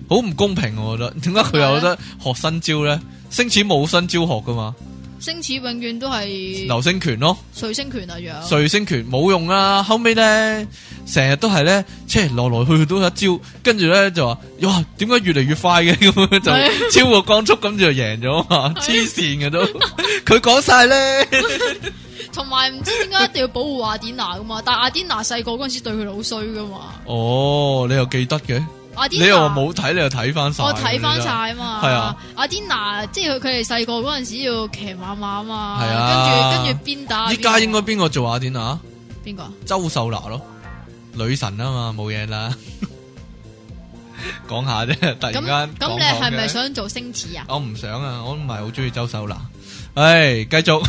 A: 好唔公平啊我覺得，點解佢又得學新招咧？星矢冇新招學噶嘛，
B: 星矢永遠都係
A: 流星拳咯，
B: 水星拳啊，仲有
A: 瑞星拳冇用啊。後尾咧成日都係咧，即係來來去去都一招，跟住咧就話，哇，點解越嚟越快嘅 <laughs> 咁樣
B: 係
A: 就超過光速咁就贏咗嘛，
B: 係
A: 黐線嘅都， <laughs> 佢講晒咧，
B: <laughs> 同埋唔知點解一定要保護雅典娜噶嘛，但雅典娜細個嗰阵时对佢好衰噶嘛，
A: 哦，你又記得嘅，
B: 雅典
A: 你
B: 娜
A: 又話冇睇，你又睇翻晒，
B: 啊我睇翻晒，啊嘛，
A: 係啊，
B: 雅典娜即係佢哋細個嗰阵时要騎馬馬啊嘛，
A: 係啊
B: 跟住跟住鞭打，
A: 依家應該邊個做雅典娜啊？
B: 边个啊？
A: 周秀娜咯，女神啊嘛，冇嘢啦。 <laughs> 講下啫，突然
B: 咁
A: 間
B: 咁
A: 講
B: 你
A: 講
B: 係咪
A: 嘅
B: 想做星矢啊？
A: 我唔想啊，我唔係好中意周秀娜。唉，繼
B: <laughs>
A: 續。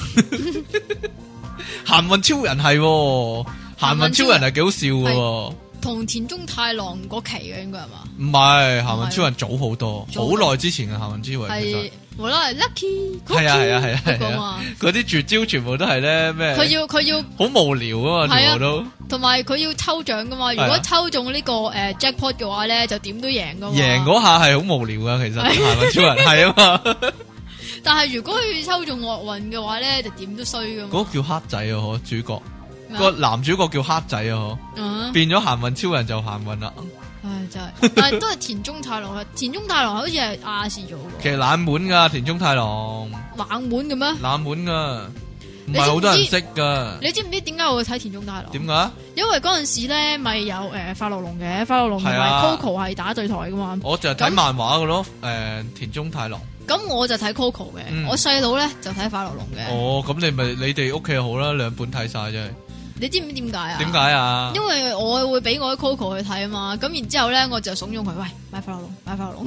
A: 行運超人係喎，行運超人係幾好笑嘅喎，
B: 同田中太郎嗰期嘅應該係嘛？
A: 唔係行運超人早好多，
B: 早好多
A: 好耐之前嘅行運超人其實
B: 係無啦啦 lucky
A: 係啊係啊係啊
B: 嗰個
A: 係啊
B: 嘛，，
A: 嗰啲絕招全部都係咧咩？
B: 佢要佢要。
A: 好無聊啊嘛，
B: 係啊
A: 全部都
B: 同埋佢要抽獎噶嘛，
A: 係
B: 如
A: 啊
B: 果抽中呢、個誒、呃 jackpot 嘅話咧，就點都贏噶嘛。
A: 贏嗰下係好無聊噶，其實
B: 係
A: 行運超人係啊嘛。
B: <laughs> 但係如果佢抽中惡運嘅話咧，就點都衰噶嘛。
A: 嗰個叫黑仔啊，嗬，主角
B: 咩啊
A: 個男主角叫黑仔啊，
B: 嗯
A: 嗬，變咗行運超人就行運啦。
B: 唉真
A: <laughs>
B: 係，但係都係田中太郎啊！ <laughs> 田中太郎好似係亞視做
A: 其
B: 嘅，
A: 實冷門噶，田中太郎
B: 冷門嘅咩？
A: 冷門噶，唔
B: 你知唔
A: 係
B: 知
A: 好多人識噶。
B: 你知唔知點解我會睇田中太郎？
A: 嗯
B: 啊
A: 點解？
B: 因為嗰陣時咧，咪有誒法樂龍嘅，法樂龍同
A: 係
B: 埋
A: 啊哦
B: Coco 係打對台噶嘛。
A: 我就係睇
B: 咁
A: 漫畫噶咯。诶，田中太郎。
B: 咁我就睇 Coco 嘅，
A: 嗯
B: 我細佬咧就睇法樂龍嘅。
A: 哦，咁你咪你哋屋企好啦，兩本睇晒啫。
B: 你知唔知點解啊？
A: 點解啊？
B: 因為我會俾我啲 Coco 去睇啊嘛，咁然之後咧我就怂恿佢，喂買法樂龍，買法
A: <laughs>
B: 樂龍，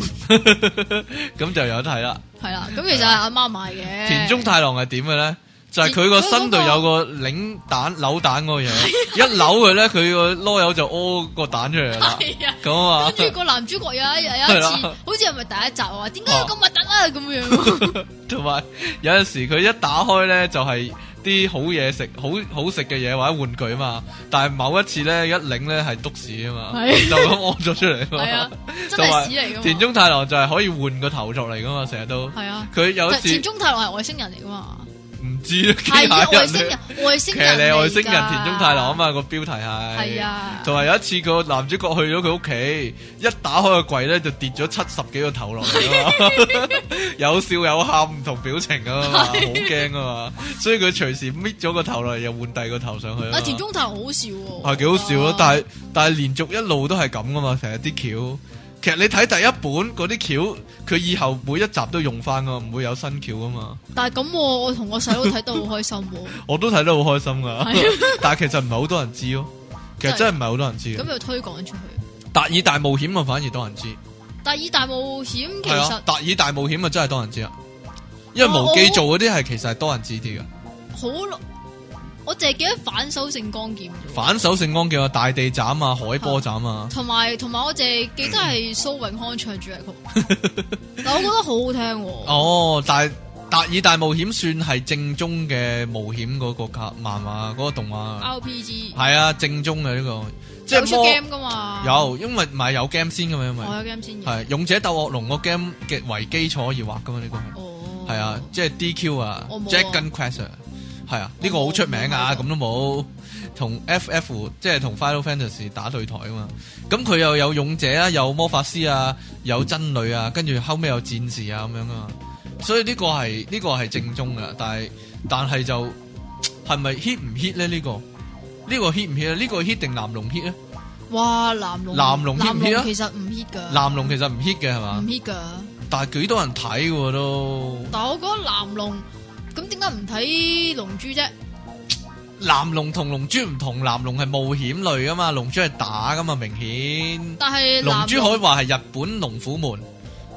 A: 咁就有得睇啦。
B: 係啦，咁其實係阿媽買嘅。
A: 田
B: <laughs>
A: 中太 <laughs> 郎係點嘅咧？就係佢個身度有個擰蛋扭蛋嗰個嘢，
B: 啊
A: 一扭佢咧，佢個籮柚就屙個蛋出嚟啦。
B: 係啊，
A: 咁啊
B: 跟。住個男主角有一有
A: 係
B: 一次，
A: 啦
B: 好似係咪第一集啊？
A: <laughs>
B: 點解要咁核突啊？咁樣
A: 同埋有阵时佢一打開咧就係啲好嘢食，好好食嘅嘢或者玩具啊嘛。但係某一次咧，一領咧係篤屎啊嘛，
B: 係
A: 就咁屙咗出嚟
B: 係
A: 啊
B: 啊
A: 嘛。，
B: 真係屎嚟
A: 田
B: 噶嘛。
A: 中太郎就係可以換個頭作嚟噶嘛，成日都。
B: 係啊，
A: 佢有一
B: 但
A: 次
B: 田中太郎係外星人嚟
A: <laughs>
B: 噶嘛？
A: 唔知機
B: 係啊，
A: 械
B: 外
A: 人
B: 星
A: 嚟，
B: 人，外星
A: 騎
B: 人
A: 呢
B: 嚟
A: 外星人
B: 㗎
A: 田中太郎啊。嘛，個標題係。
B: 係啊，
A: 同埋有一次個男主角去咗佢屋企，一打開個櫃咧就跌咗七十幾個頭落嚟啊
B: <laughs>
A: 嘛，有笑有喊唔同表情啊嘛，好驚啊嘛，所以佢隨時搣咗個頭落嚟又換第二個頭上去啊嘛
B: 啊，哦田中太郎好好笑喎。
A: 係幾好笑咯，但
B: 係
A: 係但係連續一路都係咁噶嘛，成日啲橋。其實你睇第一本嗰啲橋，佢以後每一集都用翻噶，唔會有新橋噶嘛。
B: 但係咁喎，我同我細佬睇得好開心喎。
A: <laughs> 我都睇得好開心噶
B: 係，
A: <laughs> 但係其實唔係好多人知咯。其實真係唔係好多人知
B: 咁
A: 嘅。
B: 又推廣出去。
A: 達爾大冒險啊，反而多人知。
B: 第二大冒險其
A: 係啊
B: 實，哦
A: 達爾大冒險啊，真係多人知啊。因為
B: 我
A: 無
B: 我
A: 記做嗰啲係其實係多人知啲嘅。
B: 好耐，我淨係記得反手聖光劍啫喎。
A: 反手聖光叫啊，大地斬啊，海波斬啊，
B: 同埋同埋，我淨係記得
A: 嗯
B: 係蘇永康唱主題曲， <laughs> 但我覺得好好聽喎。
A: 哦，但係達爾大冒險算係正宗嘅冒險嗰個卡漫畫嗰、個動畫，
B: RPG
A: 係啊，正宗嘅呢、個，即
B: 哦有
A: 係
B: 出
A: 魔
B: game 啊噶嘛？，哦
A: 有，因為唔係有 game 先噶嘛，因為
B: 我有 game 先嘅。
A: 係勇者鬥惡龍個 game 嘅為基礎而畫噶嘛，呢、個係。
B: 哦，
A: 系啊，即系 DQ 啊
B: 我冇啊
A: ，Jack Gun Quest 啊，系啊，呢個好出名啊，
B: 我冇
A: 咁都冇同 FF 即係同 Final Fantasy 打對台啊嘛，咁佢又有勇者啊，有魔法師啊，有真女啊，跟住後尾有戰士啊咁樣啊嘛，所以呢個係呢個係正宗噶，但係但係就係咪 hit 唔 hit 咧？呢個呢個 hit 唔 hit 啊？呢個 hit 定藍龍 hit 咧？
B: 哇，藍龍
A: 藍龍 hit 唔 hit 啊
B: 其實唔 hit 噶，
A: 藍龍其實唔 hit 嘅係
B: 唔
A: 嘛，
B: hit 噶。
A: 但係幾多人睇嘅喎都。
B: 但係我覺得藍龍咁點解唔睇龍珠啫？
A: 蓝龍同龍珠唔同，藍龍係冒險類噶嘛，龍珠係打噶嘛，明顯。
B: 但係
A: 龍
B: 藍
A: 珠
B: 龍
A: 可以話係日本龍虎門，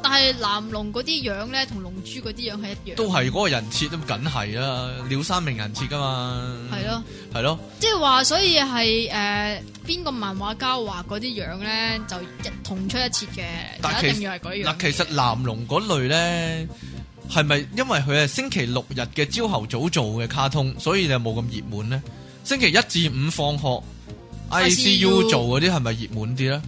B: 但係藍龍嗰啲樣咧，同龍珠嗰啲樣係一樣。
A: 都係嗰個人設都梗係啦，鳥山明人設噶嘛。
B: 係，咯，
A: 係咯，
B: 即係話，所以係诶邊個漫畫家畫嗰啲樣咧，就一同出一轍
A: 但
B: 嘅，就
A: 其
B: 一定要係嗰樣
A: 嗱，
B: 嘅。
A: 其實藍龍嗰類咧，係咪因為佢係星期六日嘅朝頭早做嘅卡通，所以就冇咁熱門呢？星期一至五放學 ICU
B: ICU
A: 做嗰啲係咪熱門啲呢？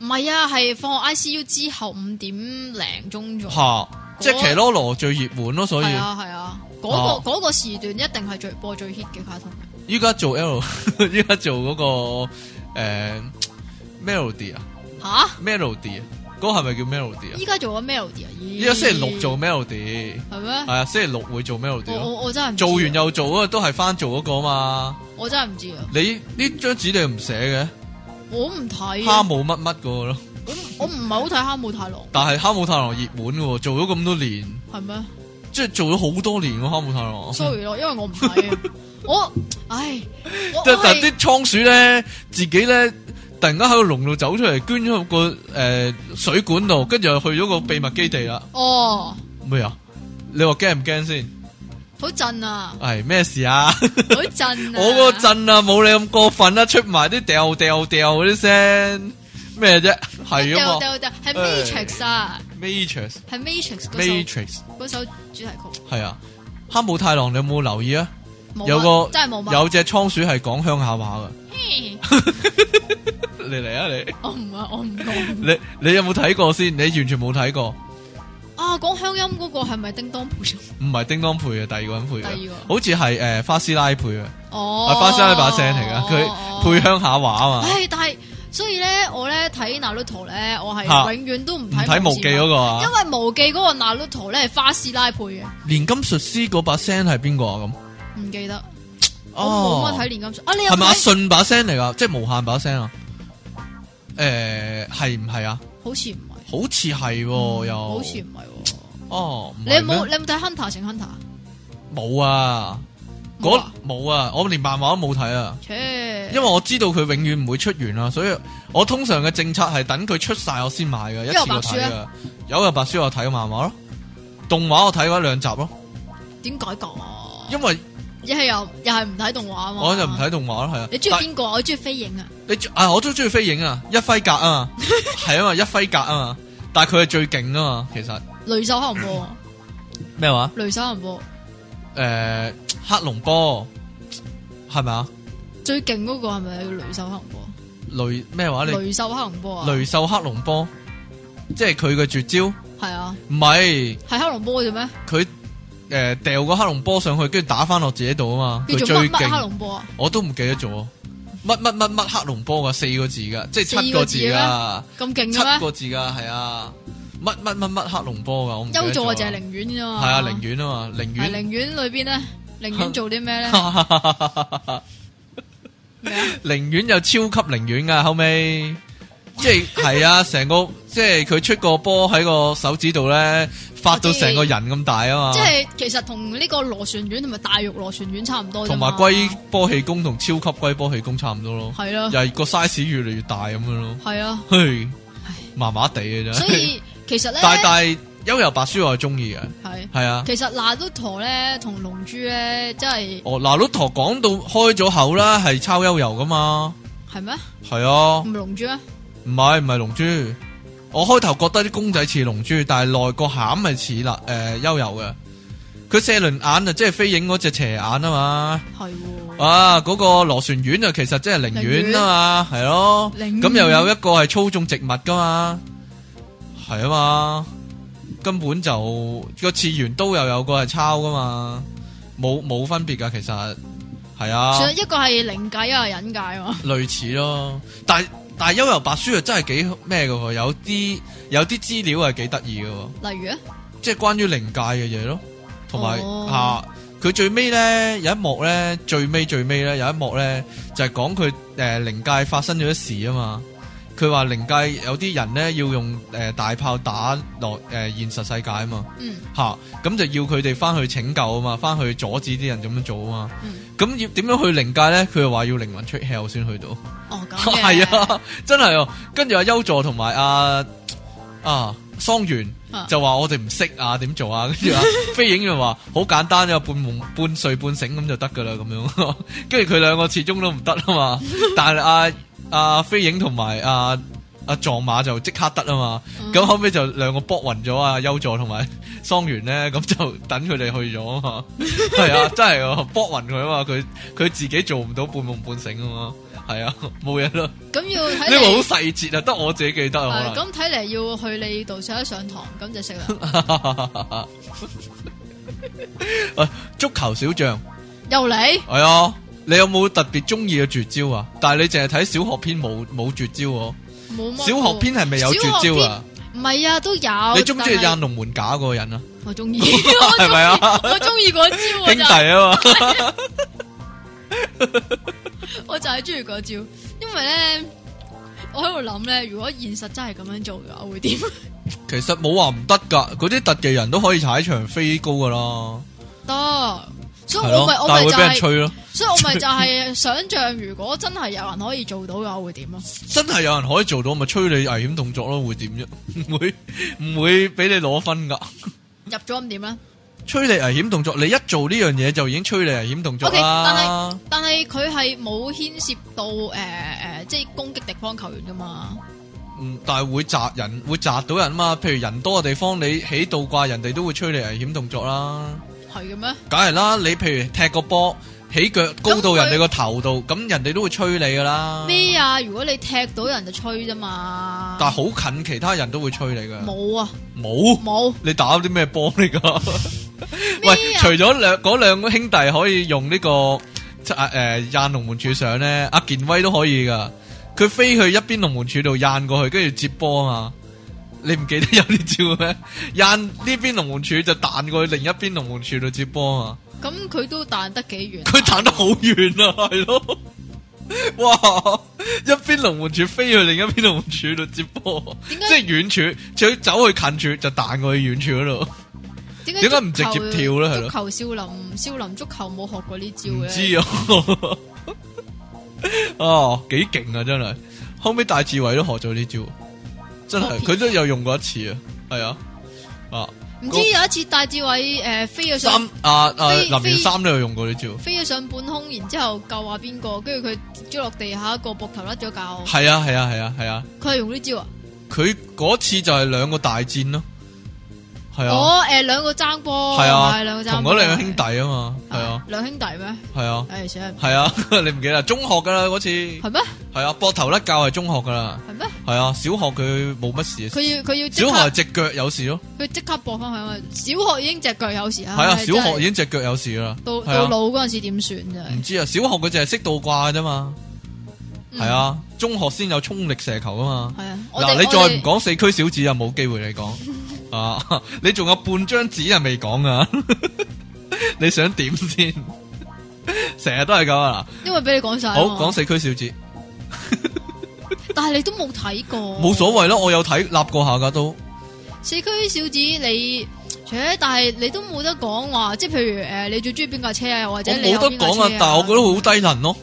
B: 唔係啊，係放學 I C U 之後五點零鐘咗。
A: 吓，即係
B: 嗰
A: 騎羅羅最熱門咯，所以
B: 係。啊係啊，嗰個嗰個時段一定係最播最 hit 嘅卡通。
A: 依家做 L，依 <laughs> 家做嗰、個诶 Melody 啊
B: 吓，
A: ，Melody 啊，嗰個係咪叫 Melody 啊？
B: 依家做咗 melody 啊？咦
A: 依家星期六做 Melody，
B: 係咩
A: 係？啊，星期六會做
B: 我
A: Melody
B: 我
A: 咯。
B: 我真係唔知啊
A: 做完，又做啊，都係翻做嗰個嘛。
B: 我真係唔知啊，
A: 你呢張紙你唔寫
B: 我唔睇
A: 嘅，
B: 啊。
A: 哈姆乜乜嗰個咯。
B: 我唔係好睇哈姆太郎，
A: 但係哈姆太郎熱門嘅喎，做咗咁多年，<laughs>
B: 係咩
A: 即係做咗好多年喎，哈姆太郎。
B: ？sorry 咯，因為我唔睇啊。我唉，我
A: 即係
B: 我
A: 但
B: 係
A: 啲倉鼠咧，自己咧突然間喺個籠度走出嚟，捐咗入個诶、呃水管度，跟住又去咗個秘密基地啦。
B: 哦，
A: 咩啊？你話驚唔驚先？
B: 好
A: <laughs>
B: 震啊，
A: 係咩事
B: <laughs>
A: 啊？
B: 好震啊！
A: 我嗰個震啊，冇你咁過分啦，出埋啲掉掉掉嗰啲聲咩啫？係啊
B: 掉
A: 嘛
B: 掉掉，係
A: 唉
B: Matrix 啊，
A: ，Matrix
B: 係 Matrix 嗰
A: Matrix
B: 首嗰首主題曲，
A: 係啊。哈姆太郎，你有冇留意啊？
B: 冇乜
A: 有個
B: 真係冇乜， <laughs>
A: 有隻倉鼠係講鄉下話
B: 嘿
A: 噶，你嚟啊你！
B: 我唔啊，我唔講
A: 你你有冇睇過先？你完全冇睇過。
B: 啊，講鄉音嗰個係咪叮當配音？
A: 唔係叮當配嘅，第二個人配
B: 第
A: 嘅
B: 二，個
A: 好似係诶花師奶配嘅，
B: 哦
A: 係，花師奶把聲嚟噶，佢配鄉下話啊嘛，
B: 唉，但係所以咧，我咧睇 Naruto 咧，我係
A: 嚇
B: 永遠都唔
A: 唔睇無
B: 無
A: 記嗰個啊
B: 因，為無記嗰個 Naruto 咧係花師奶配嘅，
A: 連金術師嗰把聲係邊個啊咁？
B: 唔記得。我冇乜
A: 哦
B: 睇，連金術啊！你有
A: 係咪阿
B: 冇睇？
A: 信把聲嚟噶？即係無限把聲啊？诶，係唔係啊？
B: 好似唔係，
A: 好似係喎，又
B: 嗯好似唔係喎。
A: 哦，唔
B: 你有
A: 係
B: 冇
A: 咩
B: 你有冇睇 Hunter 成 Hunter？
A: 冇啊？
B: 冇
A: 嗰
B: 啊
A: 冇啊，我連漫畫都冇睇啊。
B: 切，
A: 因為我知道佢永遠唔會出完啦，所以我通常嘅政策係等佢出晒我先買嘅，一次過睇
B: 有白書啊
A: 嘅。有嘅白書我睇漫畫咯，動畫我睇咗兩集咯，
B: 點解咁？
A: 因為
B: 一係又又係唔睇動畫啊嘛。
A: 我就唔。睇動畫咯，係啊。
B: 你中意邊個啊？我中意飛影啊！
A: 但你啊？我都中意飛影啊，一輝格
B: <laughs>
A: 啊嘛，係啊嘛，一輝格啊嘛，但係佢係最勁啊嘛，其實
B: 雷手黑人波，
A: 咩話？
B: 雷手黑人波，
A: 誒黑龍波係咪啊？
B: 最勁嗰個係咪雷獸黑龍波？啊
A: 雷咩話你？
B: 雷獸黑龍波啊？
A: 雷獸黑龍波，即係佢嘅絕招，唔
B: 係啊，
A: 係
B: 係黑龍波嘅啫咩？
A: 佢诶掉個黑龍波上去，跟住打翻落自己度啊嘛。佢
B: 叫做
A: 最
B: 乜乜黑
A: 勁，
B: 龍波啊？
A: 我都唔記得咗，乜乜乜乜黑龍波噶，四個字噶，即係七
B: 四
A: 個
B: 個
A: 字
B: 字
A: 噶，
B: 咁勁
A: 七
B: 嘅咩？
A: 個字噶，係啊，乜乜乜乜黑龍波噶，我唔記得
B: 優助
A: 咗
B: 就係寧遠啫嘛。
A: 係啊，寧遠啊嘛，寧遠。
B: 係寧遠裏邊咧，寧遠做啲咩咧？
A: <laughs>
B: 啊咩啊
A: 寧院有超級寧院噶，後尾即係係
B: <laughs>
A: 啊，成個即係佢出個波喺個手指度咧，發到成個人咁大啊嘛
B: 即，係其實同呢個螺旋丸同埋大玉螺旋丸差唔多啫
A: 同埋
B: 嘛
A: 龜波氣功同超級龜波氣功差唔多咯，
B: 係咯
A: 又，係個 size 越嚟越大咁樣咯，
B: 係啊，
A: 嘿，麻麻地嘅
B: 所
A: 啫。
B: 以其實咧，
A: 但係但係幽遊白書我係中意嘅，
B: 係
A: 係
B: <laughs>
A: 啊。
B: 其實拿督陀咧同龍珠咧，真係
A: 哦，嗱，老陀講到開咗口啦，係抄幽遊噶嘛，
B: 係咩？
A: 係啊
B: 唔。係龍珠啊？
A: 唔係唔係龍珠，我開頭覺得啲公仔似龍珠，但係內個餡係似啦誒悠悠嘅。佢射輪眼啊，即係飛影嗰隻斜眼啊嘛，
B: 係喎，
A: 啊嗰、個螺旋丸啊，其實即係靈丸啊嘛，係咯，
B: 靈
A: 咁又有一個係操縱植物噶嘛，係啊嘛，根本就個次元都又有個係抄噶嘛，冇冇分別噶其實係啊。
B: 算啦一個係靈界，一個係忍界嘛。
A: 類似咯，但係但係幽遊白書啊，真係幾咩嘅喎，有啲有啲資料係幾得意嘅喎，
B: 例如啊，
A: 即係關於靈界嘅嘢咯，同埋
B: 哦
A: 嚇佢最尾咧有一幕咧，最尾最尾咧有一幕咧就係講佢誒靈界發生咗啲事啊嘛，佢話靈界有啲人咧要用誒、呃大炮打落誒、呃、現實世界啊嘛。
B: 嗯
A: 吓，咁就要佢哋翻去拯救啊嘛，翻去阻止啲人咁樣做啊嘛。
B: 嗯，
A: 咁要點樣去靈界咧？佢又話要靈魂出竅先去到。
B: 哦
A: <laughs>
B: 咁嘅
A: 系啊，真系啊！跟住阿優助同埋阿啊桑原
B: 啊
A: 就話我哋唔識啊，點做啊？
B: <laughs>
A: 跟住阿飛影就話好簡單啫，半夢半睡半醒咁就得噶啦，咁樣。 <laughs> 跟住佢兩個始終都唔得啊嘛，但係阿阿飛影同埋阿阿撞馬就即刻得啊嘛。
B: 嗯
A: 咁後尾就兩個卜暈咗啊，優助同埋桑原咧，咁就 <laughs> 等佢哋去咗啊嘛。係啊，真係啊，卜暈佢啊嘛，佢佢自己做唔到半夢半醒啊嘛。係啊，冇嘢啦。
B: 咁要睇
A: 呢個好
B: 你
A: 細節啊，得我自己記得啊，可
B: 係
A: 能
B: 咁睇嚟要去你度上一上堂，咁
A: <laughs>
B: 就識啦。
A: 喂啊足球小將
B: 又嚟
A: 係啊，你有冇特別中意嘅絕招啊？但係你淨係睇小學篇冇冇絕招喎，
B: 冇乜
A: 小學篇係咪有絕招啊？
B: 唔係啊，都有。
A: 你中唔中意
B: 但係
A: 撐龍門架嗰個人啊？
B: 我中意， <laughs> 我
A: 係咪啊？
B: <laughs> 我中意嗰招
A: 兄
B: 啊！
A: 弟
B: 真係
A: 啊嘛， <laughs>
B: 我就係中意嗰招，因為咧，我喺度諗咧，如果現實真係咁樣做嘅話，會點？
A: 其實冇話唔得㗎，嗰啲特技人都可以踩場飛高㗎啦，
B: 得，所以
A: 係
B: 我
A: 咯
B: 咪我，
A: 但
B: 咪
A: 係
B: 就
A: 會俾人
B: 係，
A: 吹咯。
B: 所以我咪就係想象，如果真係有人可以做到嘅話，會點啊？
A: 真係有人可以做到，咪吹你危險動作咯，會點啫？唔會唔會俾你攞分㗎？
B: 入咗咁點咧？
A: 催你危險動作，你一做呢樣嘢就已經催你危險動作
B: OK，但
A: 啦。
B: 但係佢係冇牽涉到誒誒、呃即係攻擊敵方球員噶嘛？
A: 嗯，但係會砸人，會砸到人嘛。譬如人多嘅地方，你起倒掛，人哋都會催你危險動作啦。
B: 係嘅咩？
A: 梗係啦，你譬如踢個波，起腳高到人哋個頭度，咁人哋都會催你噶啦。
B: 咩啊？如果你踢到人就吹啫嘛。
A: 但係好近，其他人都會催你噶。
B: 冇啊，
A: 冇，
B: 冇
A: 你打啲咩波嚟噶？ <laughs> 喂
B: 咩，
A: 除
B: 啊？
A: 咗兩嗰兩兄弟可以用呢、個誒誒掗龍門柱上咧，阿健威都可以噶。佢飛去一邊龍門柱度掗過去，跟住接波啊嘛。你唔記得有啲招咩？掗呢邊龍門柱就彈過去另一邊龍門柱度接波啊嘛。
B: 咁佢都彈得幾遠啊？
A: 佢彈得好遠啊，係咯。哇！一邊龍門柱飛去另一邊龍門柱度接波，即
B: 點解
A: 係遠柱，佢走去近柱就彈過去遠柱嗰度。
B: 點
A: 點解唔
B: 足球
A: 直接跳咧係咯
B: 足球少林少林足球冇學過呢招
A: 唔
B: 嘅。
A: 知啊， <laughs> 哦，幾勁啊，真係！後尾大智慧都學咗呢招，真係佢都有用過一次啊，係啊，啊
B: 唔知有一次戴志偉誒飛咗上
A: 三啊啊
B: 飛
A: 林元
B: 飛
A: 三都有用過呢招，
B: 飛咗上半空，然之後救下邊個，跟住佢跌咗落地下，個膊頭甩咗臼。
A: 係啊係啊係啊係啊，
B: 佢係用呢招啊？
A: 佢嗰次就係兩個大戰咯，系啊，
B: 我诶两個爭波，
A: 係啊
B: 哦係兩個爭
A: 同
B: 波
A: 嗰兩兄弟啊嘛，係啊，，
B: 兩兄弟咩？
A: 係啊，
B: 诶，死人，
A: 係啊， <laughs> 你唔記得中學噶啦嗰次，係
B: 係咩？
A: 啊，膊頭甩教係中學噶啦，
B: 係咩？
A: 係啊，小學佢冇乜事，
B: 佢要佢要即
A: 小學係
B: 刻
A: 只腳有事咯，
B: 佢即刻搏翻向啊！小學已經隻腳有時啊，
A: 係啊，
B: 真
A: 小
B: 係
A: 學已經只腳有事啦，
B: 到
A: 係
B: 到
A: 啊，
B: 老嗰阵时点算真
A: 唔
B: 係？
A: 知啊，小學佢就係識倒掛嘅啫嘛，
B: 嗯
A: 係，啊，中學先有衝力射球啊嘛。
B: 係啊，我
A: 嗱，
B: 哋
A: 你再唔
B: 講，
A: 講四驅小子就冇機會
B: <laughs>
A: 你講啊！你仲有半張紙啊未講啊！ <laughs> 你想點先？成日都係咁啊！
B: 因為俾你講晒啊
A: 好
B: 嘛，
A: 講四驅小子，
B: 但係你都冇睇過，
A: 冇所
B: 哦
A: 謂咯，我有睇立過下噶都
B: 四驅小子你，且但係你都冇得講話，即係譬如诶，呃你最中意邊架車啊，或
A: 我
B: 者你
A: 冇
B: 有
A: 得
B: 邊架
A: 講啊
B: 車，
A: 但係我覺得好低能咯。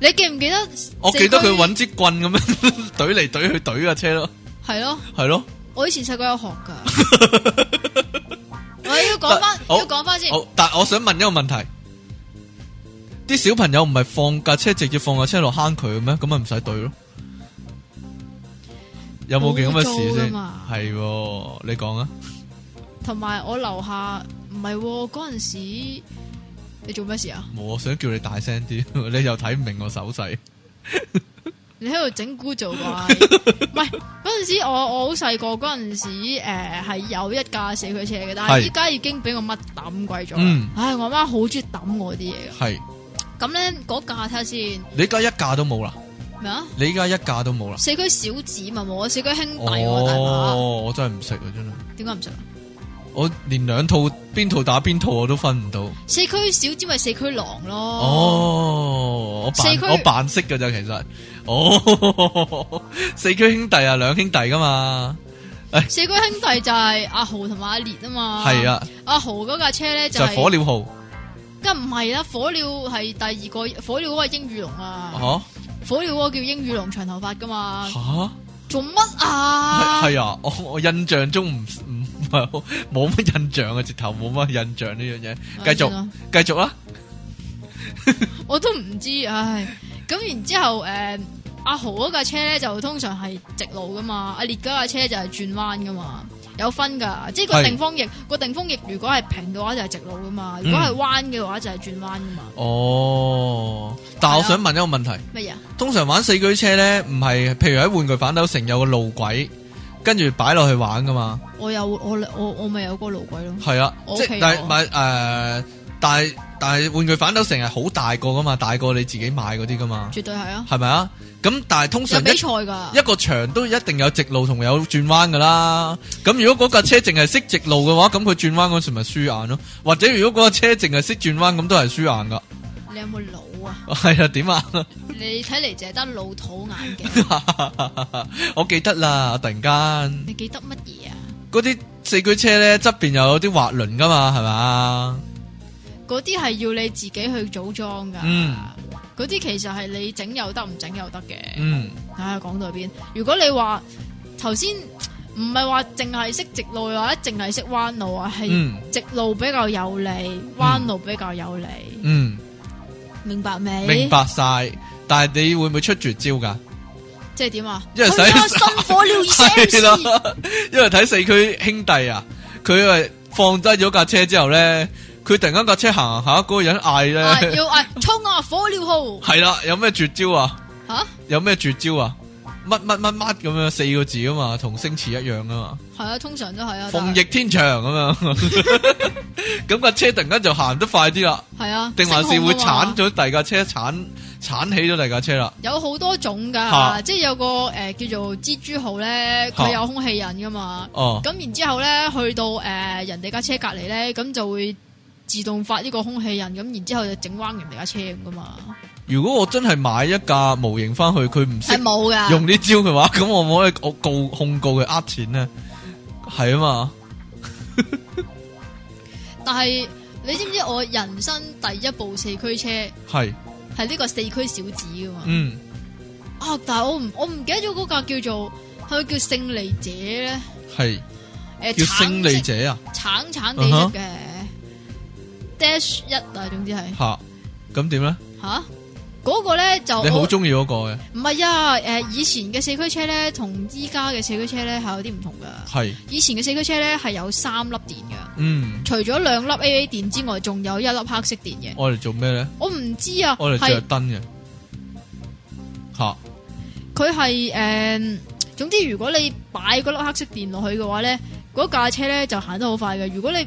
B: 你記唔記得？
A: 我記得佢揾支棍咁樣 <laughs> 懟嚟懟去懟架車咯，
B: 系咯，
A: 係咯。
B: 我以前細個有學㗎。
A: <laughs>
B: 我要講翻，
A: 好
B: 要講翻先。
A: 好，但我想問一個問題：啲小朋友唔係放架車直接放架車落坑渠嘅咩？咁咪唔使對咯？有冇件咁嘅事
B: 污糟㗎
A: 先？
B: 嘛
A: 係喎，你講啊！
B: 同埋我樓下唔係喎，嗰陣時你做咩事啊？
A: 我想叫你大聲啲， <laughs> 你又睇唔明我手勢。
B: 你喺度整
A: <laughs>
B: 蠱做怪，唔係嗰陣時我我好細個嗰陣時，誒、係有一架四驅車嘅，但係
A: 係
B: 依家已經俾我乜抌鬼咗啦。
A: 嗯
B: 唉，我媽好中意抌我啲嘢嘅。
A: 係，
B: 咁咧嗰架睇下先
A: 你依家一架都冇啦，
B: 咩啊？
A: 你依家一架都冇啦。
B: 四驅小子嘛冇啊，四驅兄弟喎、大把，
A: 哦，我真係唔識啊，真係。
B: 點解唔識啊？
A: 我連兩套邊套打邊套我都分唔到。
B: 四驅小子咪四驅狼咯。
A: 哦，我
B: 四
A: 扮
B: 驅
A: 我扮識噶咋，其實。哦， <laughs> 四驅兄弟啊，兩兄弟噶嘛。
B: 四個兄弟就係阿豪同埋阿烈啊嘛。
A: 係，啊，
B: 阿豪嗰架車咧就
A: 就係
B: 係
A: 火，鳥號，
B: 梗唔係啦，火鳥係第二個，火鳥嗰個係英語龍啊，
A: 吓
B: 火鳥嗰個叫英語龍長頭髮噶嘛，
A: 吓，
B: 做乜啊？
A: 哦係係啊，我我印象中唔唔 <laughs> 唔係好冇乜印象啊，直頭冇乜印象呢樣
B: 啊
A: 嘢。繼
B: 算
A: 續
B: 啦
A: 繼續啦，
B: 我都唔知，唉，咁然之後诶。阿豪嗰架車咧就通常係直路噶嘛，阿烈嗰架車就係轉彎噶嘛，有分噶，即係個
A: 係嗯
B: 定方翼，個定方翼如果係平嘅話就係直路噶嘛，如果係彎嘅話就係轉彎噶嘛，
A: 哦，但係我
B: 係啊
A: 想問一個問題。
B: 乜嘢啊？
A: 通常玩四驅車咧，唔係譬如喺玩具反斗城有個路軌，跟住擺落去玩噶嘛，
B: 我有我我我咪有個路軌咯。
A: 係啊，
B: 我
A: 即
B: OK
A: 係
B: 啊
A: 但
B: 我
A: 係買誒，但係但係玩具反斗城係好大個噶嘛，大過你自己買嗰啲噶嘛，
B: 絕對係啊，
A: 係咪啊？咁但係通
B: 有
A: 常
B: 比
A: 一
B: 賽噶
A: 一。個場都一定有直路同有轉彎噶啦。咁如果嗰架車淨係識直路嘅話，咁佢轉彎嗰時咪輸硬咯。或者如果嗰架車淨係識轉彎，咁都係輸硬噶。
B: 你有冇腦啊？
A: 係啊，點啊？ <laughs>
B: 你睇嚟淨係得老土眼鏡，
A: 我記得啦，突然間。
B: 你記得乜嘢啊？
A: 嗰啲四驅車咧側邊又有啲滑輪噶嘛，係啊嘛？
B: 嗰啲係要你自己去組裝噶。
A: 嗯
B: 嗰啲其實係你整又得，唔整又得嘅。
A: 嗯，
B: 唉，講到邊？如果你話頭先唔係話淨係識直路，或者淨係識彎路啊，係
A: 嗯
B: 直路比較有利，彎路比較有利，
A: 嗯，
B: 明白未？
A: 明。白晒。但係你會唔會出絕招㗎？
B: 即係點啊？
A: 因為使
B: 佢啊新火了
A: <laughs> 係
B: EMC，
A: 啦， <laughs> 因為睇四驅兄弟啊，佢係放低咗架車之後咧，佢突然間架車行行下，嗰、個人嗌
B: 啊
A: 咧，
B: 要啊衝啊火了號
A: 係啦、有咩絕招啊？
B: 吓。
A: 有咩絕招啊？乜乜乜乜咁樣四個字啊嘛，同星馳一樣啊嘛。
B: 系啊，通常都系啊。
A: 鳳翼天翔咁樣， <laughs> 咁架車突然間就行得快啲啦。
B: 系啊，
A: 定還是會鏟
B: 橙？
A: 咗第二架車，鏟鏟起咗第二架車啦？
B: 有好多種
A: 嚇
B: 噶，即係有個诶叫做蜘蛛號咧，
A: 嚇
B: 佢有空氣印噶嘛。
A: 哦，
B: 咁然之后咧，去到诶人哋架車隔離咧，咁就會自動發呢個空氣印，咁然之后就整彎人哋架車咁噶嘛。
A: 如果我真係買一架模型翻去，佢唔識
B: 係冇噶，
A: 用呢招嘅話， <laughs> 咁我可唔可以我告控告佢呃錢呢？係啊嘛，
B: 但係你知唔知我人生第一部四驅車
A: 係，
B: 係呢個四驅小子噶嘛？
A: 嗯，
B: 啊，但係我唔我唔記得咗嗰架叫做係咪叫勝利者咧？
A: 係
B: 诶，
A: 叫勝利者 Uh-huh 啊，
B: 橙橙地色嘅 dash 一啊，總之係
A: 吓，咁點呢？
B: 吓嗰個咧就
A: 你好
B: 哦我
A: 中意嗰個嘅，
B: 唔係啊，诶、以前嘅四驅車咧，同依家嘅四驅車咧係有啲唔同噶。
A: 係
B: 以前嘅四驅車咧係有三粒電噶，
A: 嗯，
B: 除咗兩粒 A A 電之外，仲有一粒黑色電嘅。
A: 我嚟做咩咧？
B: 我唔知啊，
A: 我嚟着
B: 係
A: 燈嘅，吓
B: 佢係诶，总之如果你擺嗰粒黑色電落去嘅話咧，嗰架車咧就行得好快嘅。如果你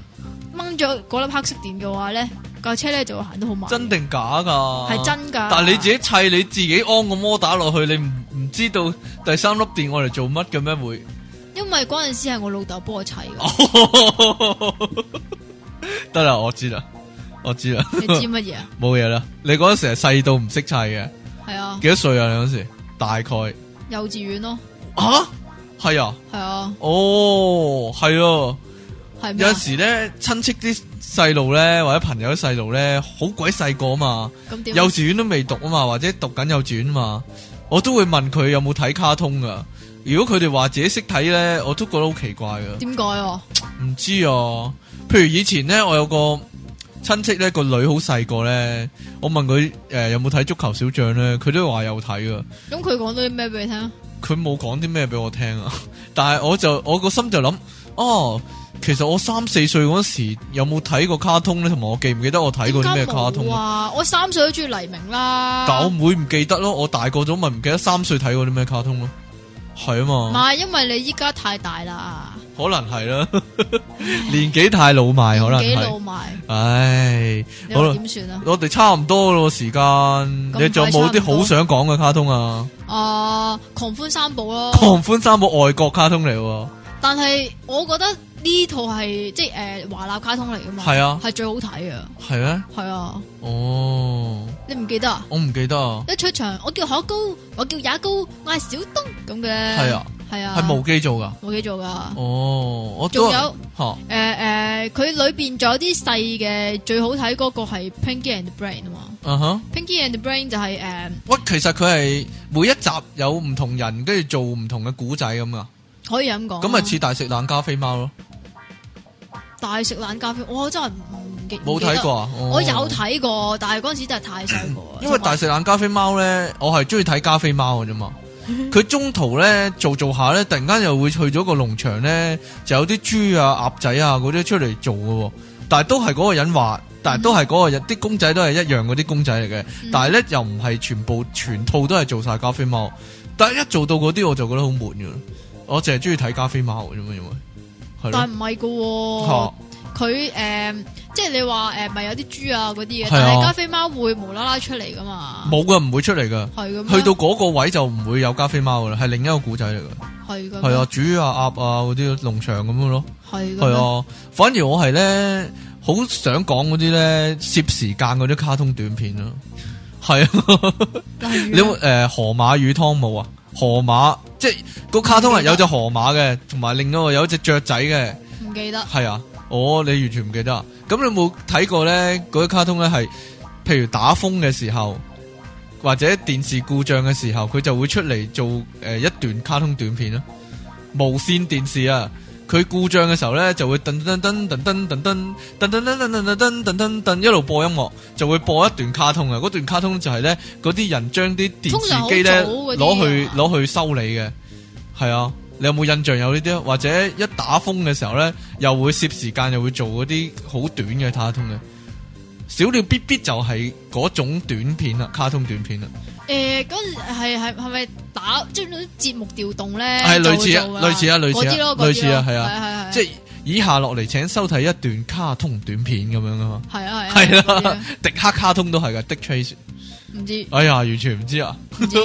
B: 掹咗嗰粒黑色電嘅話咧，架車咧就會行得好慢。
A: 真定假噶？
B: 係。真㗎。
A: 但系你自己砌你自己安個摩打落去，你唔唔知道第三粒電我嚟做乜嘅咩會？ <laughs>
B: 因為嗰陣時係我老豆幫我砌嘅，
A: 得啦，我知啦，我知啦，
B: 你知乜嘢啊？
A: 冇嘢啦。你嗰陣時係細到唔識砌嘅，
B: 係啊，
A: 幾多歲啊？你嗰時大概
B: 幼稚園咯，
A: 啊？係啊，
B: 係啊，
A: 哦，係啊。
B: 係咩
A: 有
B: 啊
A: 陣？時咧，親戚啲細路咧，或者朋友啲細路咧，好鬼細個啊嘛，
B: 咁點啊？
A: 幼稚園都未讀啊嘛，或者讀緊幼稚園啊嘛，我都會問佢有冇睇卡通噶。如果佢哋話自己識睇咧，我都覺得好奇怪噶。
B: 點解啊？
A: 唔知啊，譬如以前咧，我有個親戚咧，個女好細個咧，我問佢诶、誒有冇睇足球小將咧，佢都話有睇噶。
B: 咁佢講咗啲咩俾你聽啊？
A: 佢冇講啲咩俾我聽啊， <laughs> 但係我就我個心就諗，哦，其實我三四歲嗰時有冇睇過卡通咧，同埋我記唔記得我睇過啲咩卡
B: 點解
A: 通
B: 冇
A: 呢？
B: 啊？我三歲都中意黎明啦。
A: 但我唔會唔記得咯，我大個咗咪唔記得三歲睇過啲咩卡通咯，係啊
B: 唔
A: 嘛，
B: 係，因為你依家太大啦，
A: 可能係啦， <laughs> 年紀太老邁，可能
B: 幾老
A: 係，
B: 埋，
A: 唉，
B: 你
A: 好
B: 話
A: 啦，
B: 點算啊？
A: 我哋差唔多咯時間，
B: 快
A: 你仲有冇啲好想講嘅卡通啊？
B: 啊，狂歡三部
A: <laughs>
B: 咯，
A: 狂歡三部外國卡通嚟喎，
B: 但係我覺得呢套係即係诶華納卡通嚟噶嘛，
A: 係啊
B: 係最好睇啊，
A: 係咩？
B: 係啊，
A: 哦，
B: 你唔記得啊？
A: 我唔記得啊。
B: 一出場我叫可高，我叫也高，我係小東咁嘅，
A: 係啊，
B: 係啊，
A: 系无機做噶。
B: 冇記做噶。
A: 哦，我
B: 仲有
A: 吓
B: 誒誒，呃佢裏邊仲有啲細嘅，最好睇嗰個係 Pinky and the Brain 啊嘛。
A: 啊哈，
B: Pinky and the Brain 就係、誒、
A: 喂，其實佢係每一集有唔同人，跟住做唔同嘅古仔咁
B: 哦
A: 噶，
B: 可以咁講。
A: 咁啊咪似大食冷加菲貓咯，
B: 大食冷咖啡，我真係唔記
A: 冇睇。過啊？
B: 唔記得
A: 哦
B: 我有，睇過，但係嗰陣時真係太細個。啊
A: 因為大食冷加菲貓咧，我係中意睇加菲貓嘅啫
B: <laughs>
A: 嘛。佢中途咧做做下咧，突然間又會去咗個農場咧，就有啲豬啊、鴨仔啊嗰啲出嚟做嘅喎，但係都係嗰個人畫，但係都係嗰個人，啲公仔都係一樣嗰啲公仔嚟嘅。但
B: 係
A: 系咧又唔係全部全套都係做晒加菲貓，但係一做到嗰啲我就覺得好悶嘅，我淨係中意睇加菲貓嘅啫嘛，因為係咯
B: 但唔係嘅啊喎，
A: 嚇
B: 佢誒、即係你話誒咪有啲豬啊嗰啲嘅，
A: 係啊
B: 但係加菲貓會無啦啦出嚟噶嘛？
A: 冇噶，唔會出嚟噶。
B: 係咁咩
A: 去到嗰個位就唔會有加菲貓噶啦，係另一個古仔嚟噶，
B: 係咁
A: 係
B: 咩
A: 啊，，煮啊鴨啊嗰啲農場咁樣咯，
B: 係咁
A: 係
B: 咩
A: 啊。反而我係咧好想講嗰啲咧攝時間嗰啲卡通短片咯，係啊。
B: 例
A: 你
B: 如
A: 誒、呃、河馬與湯姆啊？河馬即係個卡通係有隻河馬嘅，同埋另一個有隻雀仔嘅，
B: 唔記得
A: 係啊，哦，你完全唔記得啊？咁你有冇睇過咧？嗰啲卡通咧係，譬如打風嘅時候，或者電視故障嘅時候，佢就會出嚟做誒、呃一段卡通短片啊。無線電視啊，佢故障嘅時候咧就會噔噔噔噔噔噔噔噔噔噔噔噔噔噔噔噔噔一路播音樂，就會播一段卡通啊。嗰段卡通就係咧嗰啲人將啲電
B: 通常
A: 視
B: 好
A: 機咧
B: 早嗰啲
A: 攞去
B: 啊
A: 攞去修理嘅，係啊。你有冇印象有呢啲啊？或者一打風嘅時候咧，又會攝時間，又會做嗰啲好短嘅卡通嘅。小鳥必必就係嗰種短片啦，卡通短片啦，
B: 誒嗰陣係係係咪打即係嗰啲節目調動咧？
A: 係類似啊
B: 就會做㗎
A: 類似啊類似啊
B: 嗰啲咯嗰啲咯
A: 類似啊係啊
B: 係係係
A: 即係以下落嚟請收睇一段卡通短片咁樣啊嘛。
B: 係啊係
A: 系
B: 啊嗰啲
A: 啦
B: 啊，
A: 迪克卡通都系噶，迪 Trace。
B: 唔知
A: 哎呀，完全唔知啊
B: 唔知！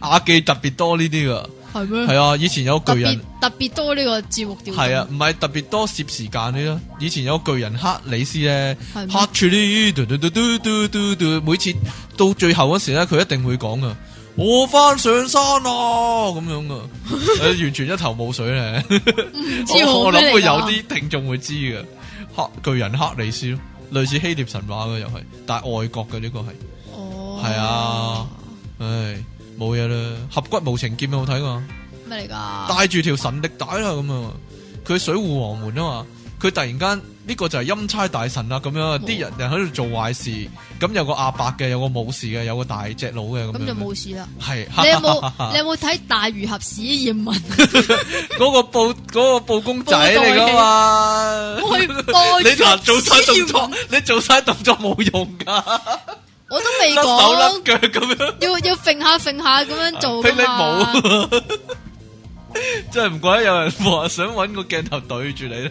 A: 阿記特別多呢啲噶，
B: 係咩？
A: 係啊，以前有
B: 特
A: 巨
B: 別
A: 人，
B: 特別多呢個節目調動
A: 係啊，，唔係特別多攝時間呢咯。以前有巨人克里斯咧，克
B: 係咩
A: 住呢，嘟嘟嘟嘟嘟嘟嘟，每次到最後嗰時咧，佢一定會講噶。我翻上山啊，咁樣噶，誒完全一頭霧水咧。
B: 唔知
A: 我我
B: 咩
A: 諗
B: 嚟
A: 會
B: 㗎
A: 有啲聽眾會知嘅，黑巨人克里斯咯，類似希臘神話嘅又係，但係外國嘅呢個係。
B: 哦，
A: 係啊唉，冇嘢啦，合骨無情劍有
B: 啊
A: 冇睇過？
B: 咩嚟㗎？
A: 帶住條神力帶啦咁啊！佢水户王門啊嘛，佢佢突然間呢、個就係陰差大神啦，咁
B: 哦
A: 樣啲人人喺度做壞事，咁有個阿伯嘅，有個武士嘅，有個大隻佬嘅，咁
B: 咁就
A: 樣
B: 冇事
A: <laughs>
B: 啦。
A: 係
B: 你有冇你有冇睇大魚俠史
A: <laughs>
B: 艷文
A: 嗰個布嗰個布公仔嚟噶嘛？
B: 去播
A: 你嗱
B: 咗
A: 做晒
B: 史
A: 動
B: 艷
A: 作
B: 文？，
A: 你做晒動作冇用噶，
B: 我都未
A: 甩手
B: 講，
A: 甩腳咁樣。
B: 要要揈下揈下咁
A: <laughs>
B: 樣
A: 霹
B: 做噶
A: 靂
B: 嘛。
A: 舞， <laughs> 真系唔怪得有人话想揾个镜头对住你啦，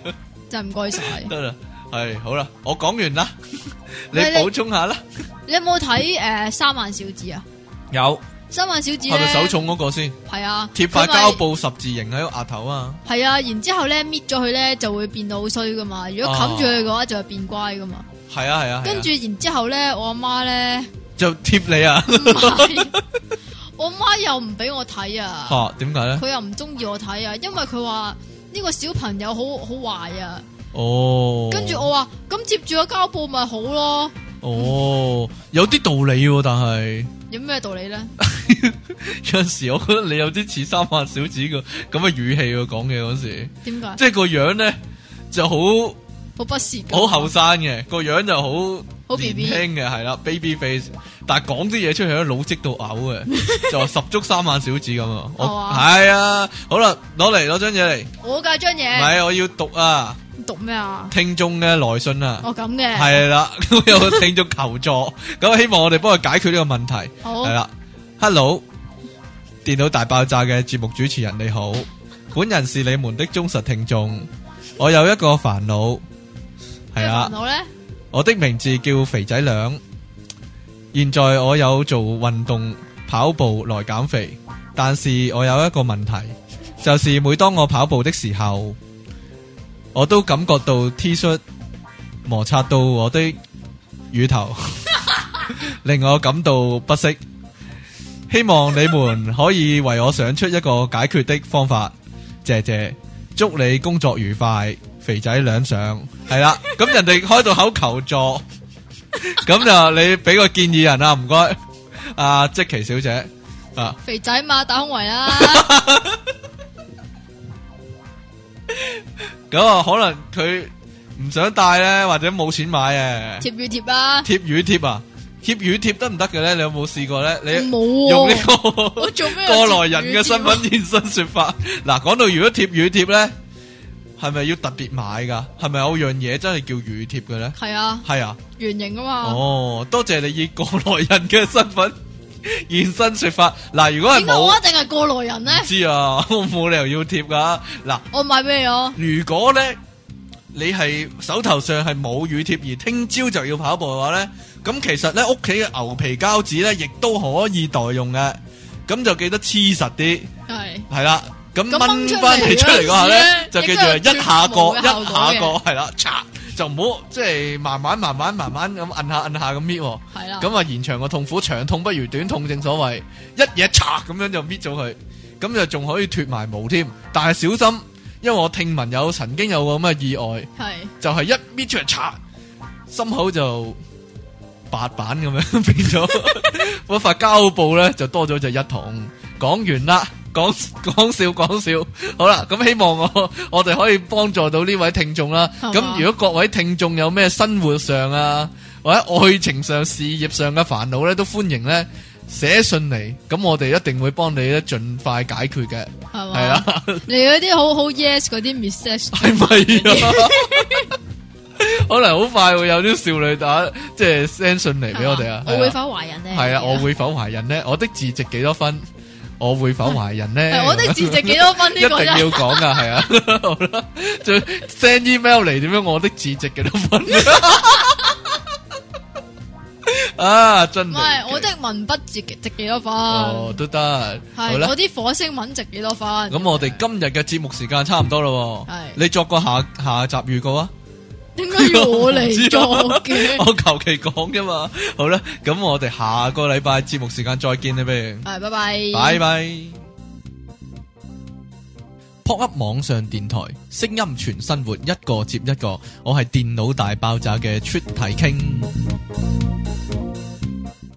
B: 就唔該晒。
A: 得啦，系好啦，我讲完啦，你
B: 喂你
A: 补充下啦。
B: 你有冇睇诶《三萬小子》啊？
A: 有
B: 《三萬小子》
A: 系
B: 咧
A: 咪手重嗰个先？
B: 係啊，
A: 贴块
B: 佢咪
A: 胶布十字形喺个额头啊？
B: 系啊，然之后咧搣咗佢咧就會變到好衰噶嘛，如果冚住佢嘅話就會變乖噶嘛。
A: 系啊系啊，
B: 跟住然之后咧，我阿媽咧
A: <laughs> 就贴你啊！
B: <laughs> 唔係，我媽又唔俾我睇啊，
A: 吓，点解咧？
B: 佢又唔中意我睇啊，因為佢話呢個小朋友好好壞啊。
A: 哦，
B: 跟住我話咁接住個膠布咪好咯，
A: 哦，有啲道理喎，但系。
B: 有咩道理咧？
A: <laughs> 有陣時我覺得你有啲似三萬小子個咁嘅語氣喎，講嘢嗰時，
B: 點解？
A: 即係個樣咧就好
B: 好不屑㗎
A: 好後生嘅，個樣就好
B: 好
A: 年
B: BB
A: 輕嘅，係啦，baby face，但係講啲嘢出嚟咧老積到嘔
B: <laughs>
A: 嘅，就話十足三萬小子咁啊！我
B: 係嘛
A: 係啊，好啦，攞嚟攞張嘢嚟，
B: 我噶張
A: 唔
B: 嘢，
A: 係我要讀啊，
B: 讀咩啊？
A: 聽眾嘅來信啊。
B: 我咁嘅，
A: 係啦， <laughs> 咁有個聽眾求助，咁希望我哋幫佢解決呢個問題。
B: 好
A: 系啦，Hello，电脑大爆炸嘅节目主持人你好，本人是你们的忠实听众，我有一个烦恼，系
B: 咩
A: 啦
B: 煩，惱咧？
A: 我的名字叫肥仔两，现在我有做运动跑步来减肥，但是我有一个问题，就是每当我跑步的时候，我都感觉到 T 恤摩擦到我的乳头， <laughs> 令我感到不适。希望你们可以为我想出一个解决的方法，谢谢。祝你工作愉快，肥仔两上系啦。 <laughs> 咁人哋开到口求助，咁就你俾个建议人啊，唔该。啊，即奇小姐啊。
B: 肥仔嘛，打胸
A: <laughs>
B: 圍啦，
A: 咁啊，可能佢唔想戴咧，或者冇錢買啊。
B: 貼與貼啦。
A: 貼乳貼啊，貼乳貼得唔得嘅咧？你有冇試過咧？你
B: 我
A: 用
B: 冇
A: 呢
B: 喎，
A: 個
B: 我做
A: <laughs>
B: 咩
A: 過
B: 有
A: 來人嘅身份現身说法。嗱，講到如果貼乳貼咧，係咪要特別買噶？係咪有樣嘢真係叫乳貼嘅咧？
B: <laughs> 係啊，
A: 係啊，
B: 圓形啊嘛。
A: 哦，多謝你以過來人嘅身份現身说法。嗱，如果係
B: 點解我
A: 冇
B: 一，定係過來人咧
A: 唔？知啊， <laughs> 我冇理由要貼噶。嗱。
B: 我買俾你咯，
A: 如果咧你係手頭上係冇乳貼，而聽朝就要跑步嘅話咧，咁其實咧屋企嘅牛皮膠紙咧，亦都可以代用嘅。咁就記得黐實啲，
B: 係
A: 係啦。咁
B: 咁掹
A: 掹
B: 出
A: 翻嚟
B: 嚟
A: 出嚟嗰下咧
B: 嗰陣時咧，
A: 就記住係
B: 亦都有
A: 一下過，
B: 脫毛嘅
A: 一
B: 效果
A: 下
B: 嘅
A: 過，係啦，嚓就唔好即係慢慢慢慢慢慢咁摁下摁下咁搣喎。
B: 係啦。
A: 咁啊延長個痛苦，長痛不如短痛，正所謂一嘢嚓咁樣就搣咗佢，咁就仲可以脱埋毛添。但係小心，因為我聽聞有曾經有個咁嘅意外，
B: 係
A: 就係、一搣出嚟嚓，心口就白板咁樣 <laughs> 變咗，嗰塊膠布咧就多咗隻一筒。講完啦。講講笑講笑，好啦，咁希望我我哋可以幫助到呢位聽眾啦。
B: 係嘛
A: 咁如果各位聽眾有咩生活上啊，或者愛情上、事業上嘅煩惱咧，都歡迎咧寫信嚟，咁我哋一定會幫你咧盡快解決嘅，
B: 係
A: 係啊啦
B: 嘛？。你嗰啲好好 yes 嗰啲 message
A: 系咪啊？可能好快會有啲少女打即係 send 信嚟俾我哋啊！
B: 我會
A: 係啊
B: 否懷孕咧？
A: 係啊，我會否懷孕呢？我的字值幾多分？我會否懷孕呢？
B: 係我的字值幾多分
A: <laughs> 一
B: 呢
A: 定
B: 個
A: 要
B: 啫？
A: 講噶，係啊，好啦，最 send email 嚟點樣？我的字值幾多分？ <laughs> 啊，真
B: 唔
A: 離
B: 係
A: 奇
B: 我的文筆值值幾多分？
A: 哦
B: 係
A: 都得，好啦
B: 我。啲火星文值幾多分？
A: 咁我哋今日嘅節目時間差唔多咯
B: 係
A: 喎，你作個下下集預告啊！
B: 應該要我嚟做嘅。
A: <laughs> 我求其講啫嘛。好啦，咁我哋下個禮拜節目時間再見啦，不如，
B: 係，拜拜。
A: 拜拜。撲噏網上電台，聲音全生活，一個接一個。我係電腦大爆炸嘅出體傾。